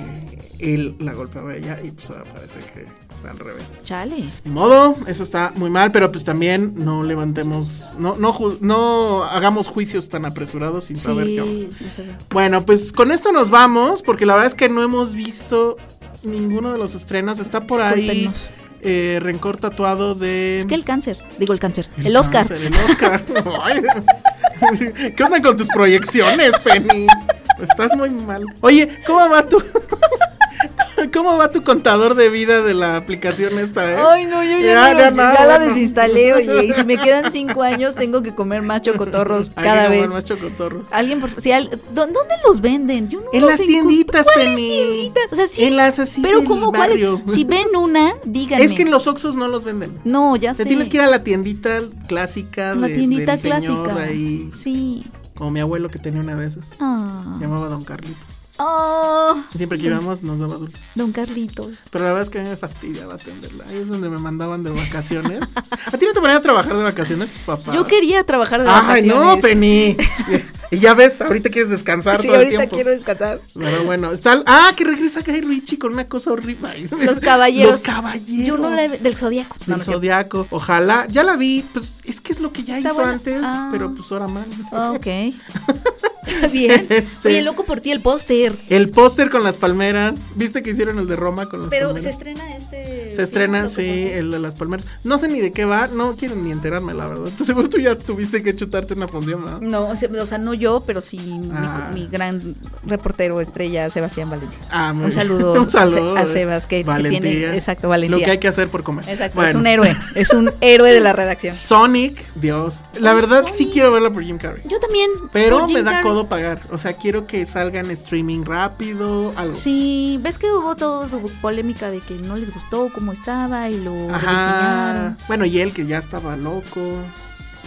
[SPEAKER 3] él la golpeaba a ella y pues ahora parece que Fue al revés.
[SPEAKER 4] Chale.
[SPEAKER 3] Ni modo, eso está muy mal, pero pues también no levantemos, no, no, ju- no hagamos juicios tan apresurados sin saber qué onda.
[SPEAKER 4] Sí, sí, sí.
[SPEAKER 3] Bueno, pues con esto nos vamos, porque la verdad es que no hemos visto ninguno de los estrenos. Está por ahí
[SPEAKER 4] Discúlpenos.
[SPEAKER 3] eh, Rencor Tatuado de...
[SPEAKER 4] Es que el cáncer, digo el cáncer, el, Oscar.
[SPEAKER 3] Cáncer, Ah, El Oscar. Ay. ¿Qué onda con tus proyecciones, Penny? Estás muy mal. Oye, ¿cómo va tu... ¿Cómo va tu contador de vida de la aplicación esta? eh?
[SPEAKER 4] Ay, no, yo ya, no, ya
[SPEAKER 3] nada,
[SPEAKER 4] la
[SPEAKER 3] bueno.
[SPEAKER 4] desinstalé, oye. Y si me quedan cinco años, tengo que comer más chocotorros
[SPEAKER 3] Hay que
[SPEAKER 4] cada
[SPEAKER 3] comer
[SPEAKER 4] vez.
[SPEAKER 3] más chocotorros.
[SPEAKER 4] Alguien, por si al- ¿dó- ¿dónde los venden? Yo no
[SPEAKER 3] En
[SPEAKER 4] los
[SPEAKER 3] las
[SPEAKER 4] encu-
[SPEAKER 3] tienditas,
[SPEAKER 4] ¿Cuáles
[SPEAKER 3] Penny?
[SPEAKER 4] tienditas? O sea, sí.
[SPEAKER 3] En las así
[SPEAKER 4] Pero
[SPEAKER 3] del
[SPEAKER 4] ¿cómo cuáles?
[SPEAKER 3] barrio.
[SPEAKER 4] Si ven una, díganme.
[SPEAKER 3] Es que en los Oxxos no los venden.
[SPEAKER 4] No, ya
[SPEAKER 3] Te
[SPEAKER 4] sé.
[SPEAKER 3] tienes que ir a la tiendita clásica de,
[SPEAKER 4] La tiendita
[SPEAKER 3] del señor
[SPEAKER 4] clásica.
[SPEAKER 3] ahí,
[SPEAKER 4] Sí.
[SPEAKER 3] como mi abuelo que tenía una de esas.
[SPEAKER 4] Ah.
[SPEAKER 3] Se llamaba Don Carlitos.
[SPEAKER 4] Ah,
[SPEAKER 3] Siempre que íbamos nos daba dulces.
[SPEAKER 4] don Carlitos.
[SPEAKER 3] Pero la verdad es que a mí me fastidiaba atenderla. Ahí es donde me mandaban de vacaciones. ¿A ti no te ponían a trabajar de vacaciones tus papás?
[SPEAKER 4] Yo quería trabajar de
[SPEAKER 3] Ah. Ay,
[SPEAKER 4] vacaciones.
[SPEAKER 3] no, Penny. y ya ves, ahorita quieres descansar
[SPEAKER 4] Sí,
[SPEAKER 3] todo el
[SPEAKER 4] ahorita
[SPEAKER 3] tiempo.
[SPEAKER 4] quiero descansar.
[SPEAKER 3] Pero bueno, está. Ah, que regresa Guy Richie con una cosa horrible.
[SPEAKER 4] Los caballeros.
[SPEAKER 3] Los caballeros.
[SPEAKER 4] Yo no la he- Del Zodíaco. No,
[SPEAKER 3] Del
[SPEAKER 4] no es cierto.
[SPEAKER 3] Zodiaco. Ojalá. Ya la vi. Pues es que es lo que ya
[SPEAKER 4] Está
[SPEAKER 3] hizo
[SPEAKER 4] buena.
[SPEAKER 3] antes,
[SPEAKER 4] Ah.
[SPEAKER 3] pero pues ahora mal.
[SPEAKER 4] Ah, ok. Está bien.
[SPEAKER 3] Este-
[SPEAKER 4] Oye, loco por ti el póster.
[SPEAKER 3] El póster con las palmeras. ¿Viste que hicieron el de Roma con las
[SPEAKER 4] Pero
[SPEAKER 3] palmeras?
[SPEAKER 4] se estrena este.
[SPEAKER 3] Se estrena,
[SPEAKER 4] Loco por
[SPEAKER 3] sí,
[SPEAKER 4] ti.
[SPEAKER 3] el de las palmeras. No sé ni de qué va, no quieren ni enterarme, la verdad. Tú seguro tú ya tuviste que chutarte una función, ¿no?
[SPEAKER 4] No, o sea, o sea, no yo, pero sí mi-
[SPEAKER 3] Ah.
[SPEAKER 4] mi, gran reportero estrella, Sebastián Valencia.
[SPEAKER 3] Ah, muy
[SPEAKER 4] Un
[SPEAKER 3] bien.
[SPEAKER 4] saludo
[SPEAKER 3] Un saludo,
[SPEAKER 4] a
[SPEAKER 3] eh.
[SPEAKER 4] Sebas, que- que
[SPEAKER 3] Valentía.
[SPEAKER 4] tiene- exacto, valentía.
[SPEAKER 3] Lo que hay que hacer por comer.
[SPEAKER 4] Exacto, es
[SPEAKER 3] Bueno.
[SPEAKER 4] un héroe, es un héroe de la redacción.
[SPEAKER 3] Sonic, Dios. La verdad, sí
[SPEAKER 4] Sonic.
[SPEAKER 3] quiero verla por Jim Carrey.
[SPEAKER 4] Yo también.
[SPEAKER 3] Pero
[SPEAKER 4] por
[SPEAKER 3] me
[SPEAKER 4] Jim
[SPEAKER 3] da
[SPEAKER 4] Carrey.
[SPEAKER 3] codo pagar. O sea, quiero que salga en streaming rápido, algo.
[SPEAKER 4] Sí, ves que hubo toda su polémica de que no les gustó cómo estaba y lo
[SPEAKER 3] Ajá.
[SPEAKER 4] diseñaron.
[SPEAKER 3] Bueno, y él que ya estaba loco.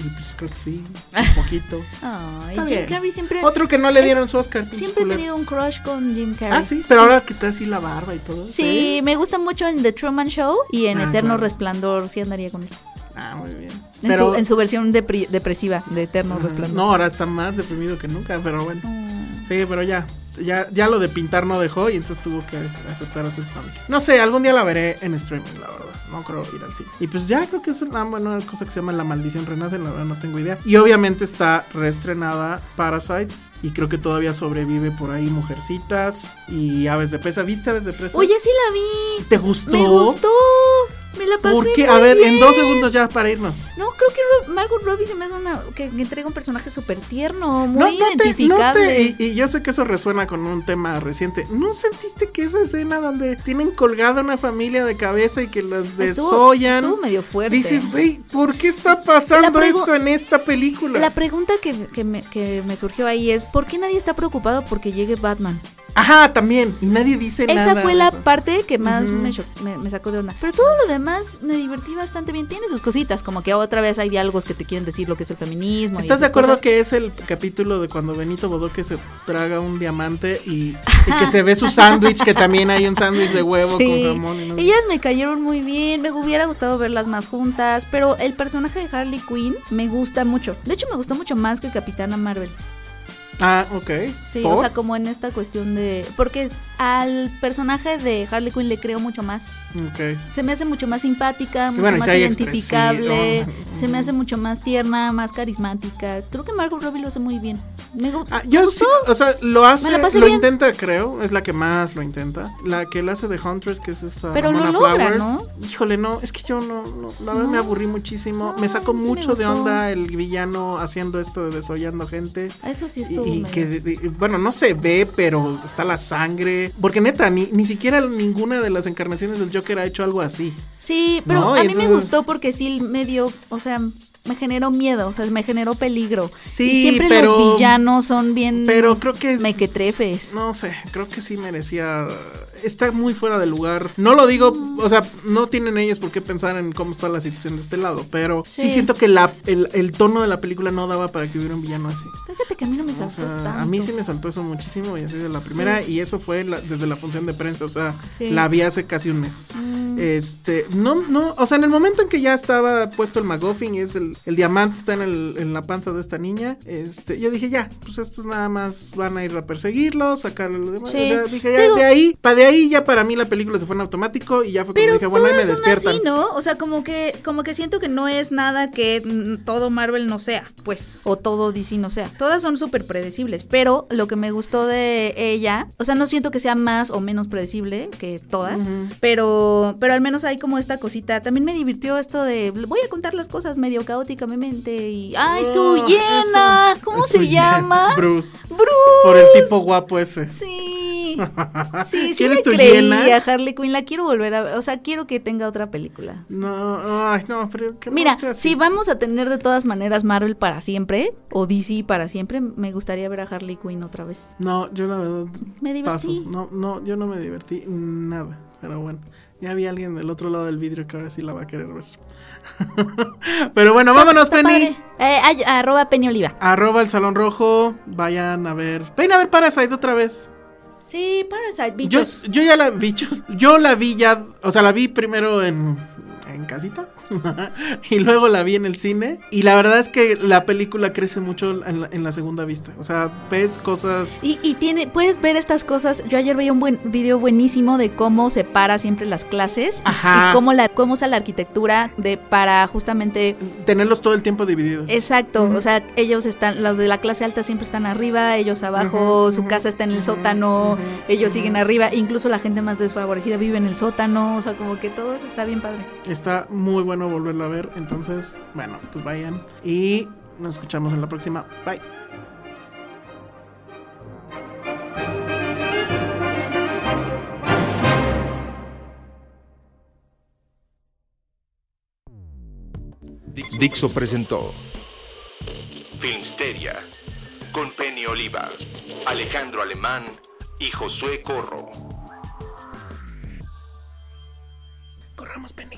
[SPEAKER 3] Y pues creo que sí, un poquito.
[SPEAKER 4] Ay,
[SPEAKER 3] Está
[SPEAKER 4] Jim
[SPEAKER 3] bien.
[SPEAKER 4] Carrey siempre, eh,
[SPEAKER 3] Otro que no le dieron su Oscar. pinches
[SPEAKER 4] siempre he
[SPEAKER 3] culeros.
[SPEAKER 4] tenido un crush con Jim Carrey.
[SPEAKER 3] Ah, sí, pero ahora que está así la barba y todo.
[SPEAKER 4] Sí, me gusta mucho en The Truman Show y en
[SPEAKER 3] Ah,
[SPEAKER 4] Eterno
[SPEAKER 3] claro.
[SPEAKER 4] Resplandor, sí andaría con él.
[SPEAKER 3] Ah, muy bien. mm,
[SPEAKER 4] En, su, en su versión depri- depresiva de Eterno Resplandor. Mm.
[SPEAKER 3] No, ahora está más deprimido que nunca, pero bueno. Sí, pero ya. Ya, ya lo de pintar no dejó y entonces tuvo que aceptar hacer Sonic. No sé, algún día la veré en streaming, la verdad. No creo ir al cine. Y pues ya creo que es una buena cosa que se llama La Maldición Renace, la verdad no tengo idea. Y obviamente está reestrenada Parasites y creo que todavía sobrevive por ahí Mujercitas y Aves de Presa. ¿Viste Aves de Presa?
[SPEAKER 4] Oye, sí la vi.
[SPEAKER 3] ¿te gustó?
[SPEAKER 4] Me gustó. Me la pasé.
[SPEAKER 3] ¿Por qué?
[SPEAKER 4] muy
[SPEAKER 3] A ver, en
[SPEAKER 4] bien.
[SPEAKER 3] dos segundos ya para irnos.
[SPEAKER 4] No, creo que Ro- Margot Robbie se me hace una. que, que entrega un personaje súper tierno, muy
[SPEAKER 3] te-
[SPEAKER 4] identificable.
[SPEAKER 3] te- y, y yo sé que eso resuena con un tema reciente. ¿No sentiste que esa escena donde tienen colgada una familia de cabeza y que las
[SPEAKER 4] Estuvo-
[SPEAKER 3] desollan?
[SPEAKER 4] estuvo medio fuerte.
[SPEAKER 3] Dices, güey, ¿por qué está pasando
[SPEAKER 4] La pregu-
[SPEAKER 3] esto en esta película?
[SPEAKER 4] La pregunta que, que me, que me surgió ahí es: ¿por qué nadie está preocupado porque llegue Batman?
[SPEAKER 3] Ajá, también. Y nadie dice nada.
[SPEAKER 4] Esa fue la
[SPEAKER 3] o sea.
[SPEAKER 4] parte que más
[SPEAKER 3] Ujú.
[SPEAKER 4] me, cho- me- me sacó de onda. Pero todo lo demás me divertí bastante bien. Tiene sus cositas, como que otra vez hay diálogos que te quieren decir lo que es el feminismo. y
[SPEAKER 3] ¿Estás de
[SPEAKER 4] esas
[SPEAKER 3] acuerdo
[SPEAKER 4] cosas.
[SPEAKER 3] que es el capítulo de cuando Benito Bodoque se traga un diamante y, y que se ve su sándwich, que también hay un sándwich de huevo
[SPEAKER 4] Sí.
[SPEAKER 3] con jamón y no sé
[SPEAKER 4] Ellas me cayeron muy bien, me hubiera gustado verlas más juntas, pero el personaje de Harley Quinn me gusta mucho. De hecho, me gustó mucho más que Capitana Marvel.
[SPEAKER 3] Ah, ok.
[SPEAKER 4] Sí,
[SPEAKER 3] ¿Por?
[SPEAKER 4] o sea, como en esta cuestión de... Porque al personaje de Harley Quinn le creo mucho más.
[SPEAKER 3] Ok.
[SPEAKER 4] Se me hace mucho más simpática, mucho
[SPEAKER 3] bueno, y
[SPEAKER 4] más
[SPEAKER 3] se haya
[SPEAKER 4] identificable,
[SPEAKER 3] expresivo.
[SPEAKER 4] se me hace mucho más tierna, más carismática. Creo que Margot Robbie lo hace muy bien. Me gu-
[SPEAKER 3] Ah, yo
[SPEAKER 4] me
[SPEAKER 3] sí,
[SPEAKER 4] gustó.
[SPEAKER 3] o sea, lo hace,
[SPEAKER 4] Me la pasé
[SPEAKER 3] lo
[SPEAKER 4] bien.
[SPEAKER 3] intenta, creo, es la que más lo intenta. La que él hace de Huntress, que es esta
[SPEAKER 4] Pero lo
[SPEAKER 3] Ramona
[SPEAKER 4] logra,
[SPEAKER 3] Flowers.
[SPEAKER 4] ¿no?
[SPEAKER 3] Híjole, no, es que yo no, no, la verdad
[SPEAKER 4] No.
[SPEAKER 3] me aburrí muchísimo. me
[SPEAKER 4] No,
[SPEAKER 3] sacó
[SPEAKER 4] a mí sí me
[SPEAKER 3] mucho de
[SPEAKER 4] gustó.
[SPEAKER 3] onda el villano haciendo esto de desollando gente.
[SPEAKER 4] Eso sí
[SPEAKER 3] Y,
[SPEAKER 4] estuvo.
[SPEAKER 3] y
[SPEAKER 4] medio-
[SPEAKER 3] que, de- de- bueno, no se ve, pero está la sangre. Porque neta, ni, ni siquiera ninguna de las encarnaciones del Joker ha hecho algo así.
[SPEAKER 4] Sí, pero
[SPEAKER 3] No,
[SPEAKER 4] a mí
[SPEAKER 3] y
[SPEAKER 4] me
[SPEAKER 3] entonces-
[SPEAKER 4] gustó porque sí me dio, o sea, me generó miedo, o sea, me generó peligro.
[SPEAKER 3] Sí,
[SPEAKER 4] y siempre
[SPEAKER 3] pero-
[SPEAKER 4] los villanos son bien
[SPEAKER 3] Pero creo que
[SPEAKER 4] mequetrefes.
[SPEAKER 3] No sé, creo que sí merecía. Está muy fuera de lugar. No lo digo, o sea, no tienen ellos por qué pensar en cómo está la situación de este lado, pero sí,
[SPEAKER 4] Sí.
[SPEAKER 3] siento que la, el, el tono de la película no daba para que hubiera un villano así.
[SPEAKER 4] Fíjate que a mí no me
[SPEAKER 3] O
[SPEAKER 4] saltó
[SPEAKER 3] sea,
[SPEAKER 4] tanto.
[SPEAKER 3] a mí sí me saltó eso muchísimo y así de la primera y eso fue la- desde la función de prensa, o sea,
[SPEAKER 4] Sí. Mm.
[SPEAKER 3] la vi hace casi un mes. Este, no, no, o sea, en el momento en que ya estaba puesto el McGuffin y es el, el diamante está en, el- en la panza de esta niña, este, yo dije, ya, pues estos nada más van a ir a perseguirlo, sacarle lo demás.
[SPEAKER 5] Sí.
[SPEAKER 3] O sea, dije, ya,
[SPEAKER 5] Digo-
[SPEAKER 3] de ahí, para de ahí ya para mí la película se fue en automático y ya fue como
[SPEAKER 4] Pero
[SPEAKER 3] dije, bueno, ahí me
[SPEAKER 4] todas son
[SPEAKER 3] despiertan.
[SPEAKER 4] así, ¿no? O sea, como que, como que siento que no es nada que mm, todo Marvel no sea, pues, o todo DC no sea. Todas son súper predecibles, pero lo que me gustó de ella, o sea, no siento que sea más o menos predecible que todas, pero, pero al menos hay como esta cosita. También me divirtió esto de, voy a contar las cosas medio caóticamente y, ¡ay, su
[SPEAKER 3] Oh,
[SPEAKER 4] llena!
[SPEAKER 3] eso.
[SPEAKER 4] ¿Cómo
[SPEAKER 3] Su
[SPEAKER 4] se
[SPEAKER 3] hiena.
[SPEAKER 4] llama?
[SPEAKER 3] Bruce.
[SPEAKER 4] Bruce.
[SPEAKER 3] Por el tipo guapo ese.
[SPEAKER 4] Sí. Sí, sí
[SPEAKER 3] ¿Quieres
[SPEAKER 4] me
[SPEAKER 3] tu
[SPEAKER 4] creía
[SPEAKER 3] hiena?
[SPEAKER 4] Harley Quinn. La quiero volver a ver. O sea, quiero que tenga otra película.
[SPEAKER 3] No, ay, no, pero qué
[SPEAKER 4] Mira,
[SPEAKER 3] raro que así.
[SPEAKER 4] si vamos a tener de todas maneras Marvel para siempre o DC para siempre, me gustaría ver a Harley Quinn otra vez.
[SPEAKER 3] No, yo la verdad.
[SPEAKER 4] Me divertí.
[SPEAKER 3] Paso. No, no, yo no me divertí nada. Pero bueno, ya había alguien del otro lado del vidrio que ahora sí la va a querer ver. pero bueno, vámonos,
[SPEAKER 4] Está
[SPEAKER 3] Penny.
[SPEAKER 4] padre. Eh, ay- arroba Penny Oliva.
[SPEAKER 3] Arroba el Salón Rojo, vayan a ver. Vayan a ver Parasite otra vez.
[SPEAKER 4] Sí, Parasite,
[SPEAKER 3] Yo,
[SPEAKER 4] bichos.
[SPEAKER 3] yo ya la bichos, yo la vi ya, o sea, la vi primero en, en casita y luego la vi en el cine y la verdad es que la película crece mucho en la, en la segunda vista. O sea, ves cosas...
[SPEAKER 4] Y, y tiene, puedes ver estas cosas. Yo ayer veía un buen video buenísimo de cómo separa siempre las clases
[SPEAKER 3] Ajá.
[SPEAKER 4] y cómo la, cómo usa la arquitectura de para justamente
[SPEAKER 3] Tenerlos todo el tiempo divididos.
[SPEAKER 4] Exacto, o sea, ellos están, los de la clase alta siempre están arriba, ellos abajo, su casa está en el sótano, ellos siguen arriba, incluso la gente más desfavorecida vive en el sótano, o sea, como que todo eso está bien padre.
[SPEAKER 3] Está muy bueno volverla a ver. Entonces, bueno, pues vayan. Y nos escuchamos en la próxima. Bye.
[SPEAKER 6] Dixo presentó
[SPEAKER 1] Filmsteria, con Penny Oliva, Alejandro Alemán y Josué Corro.
[SPEAKER 3] Corramos, Penny.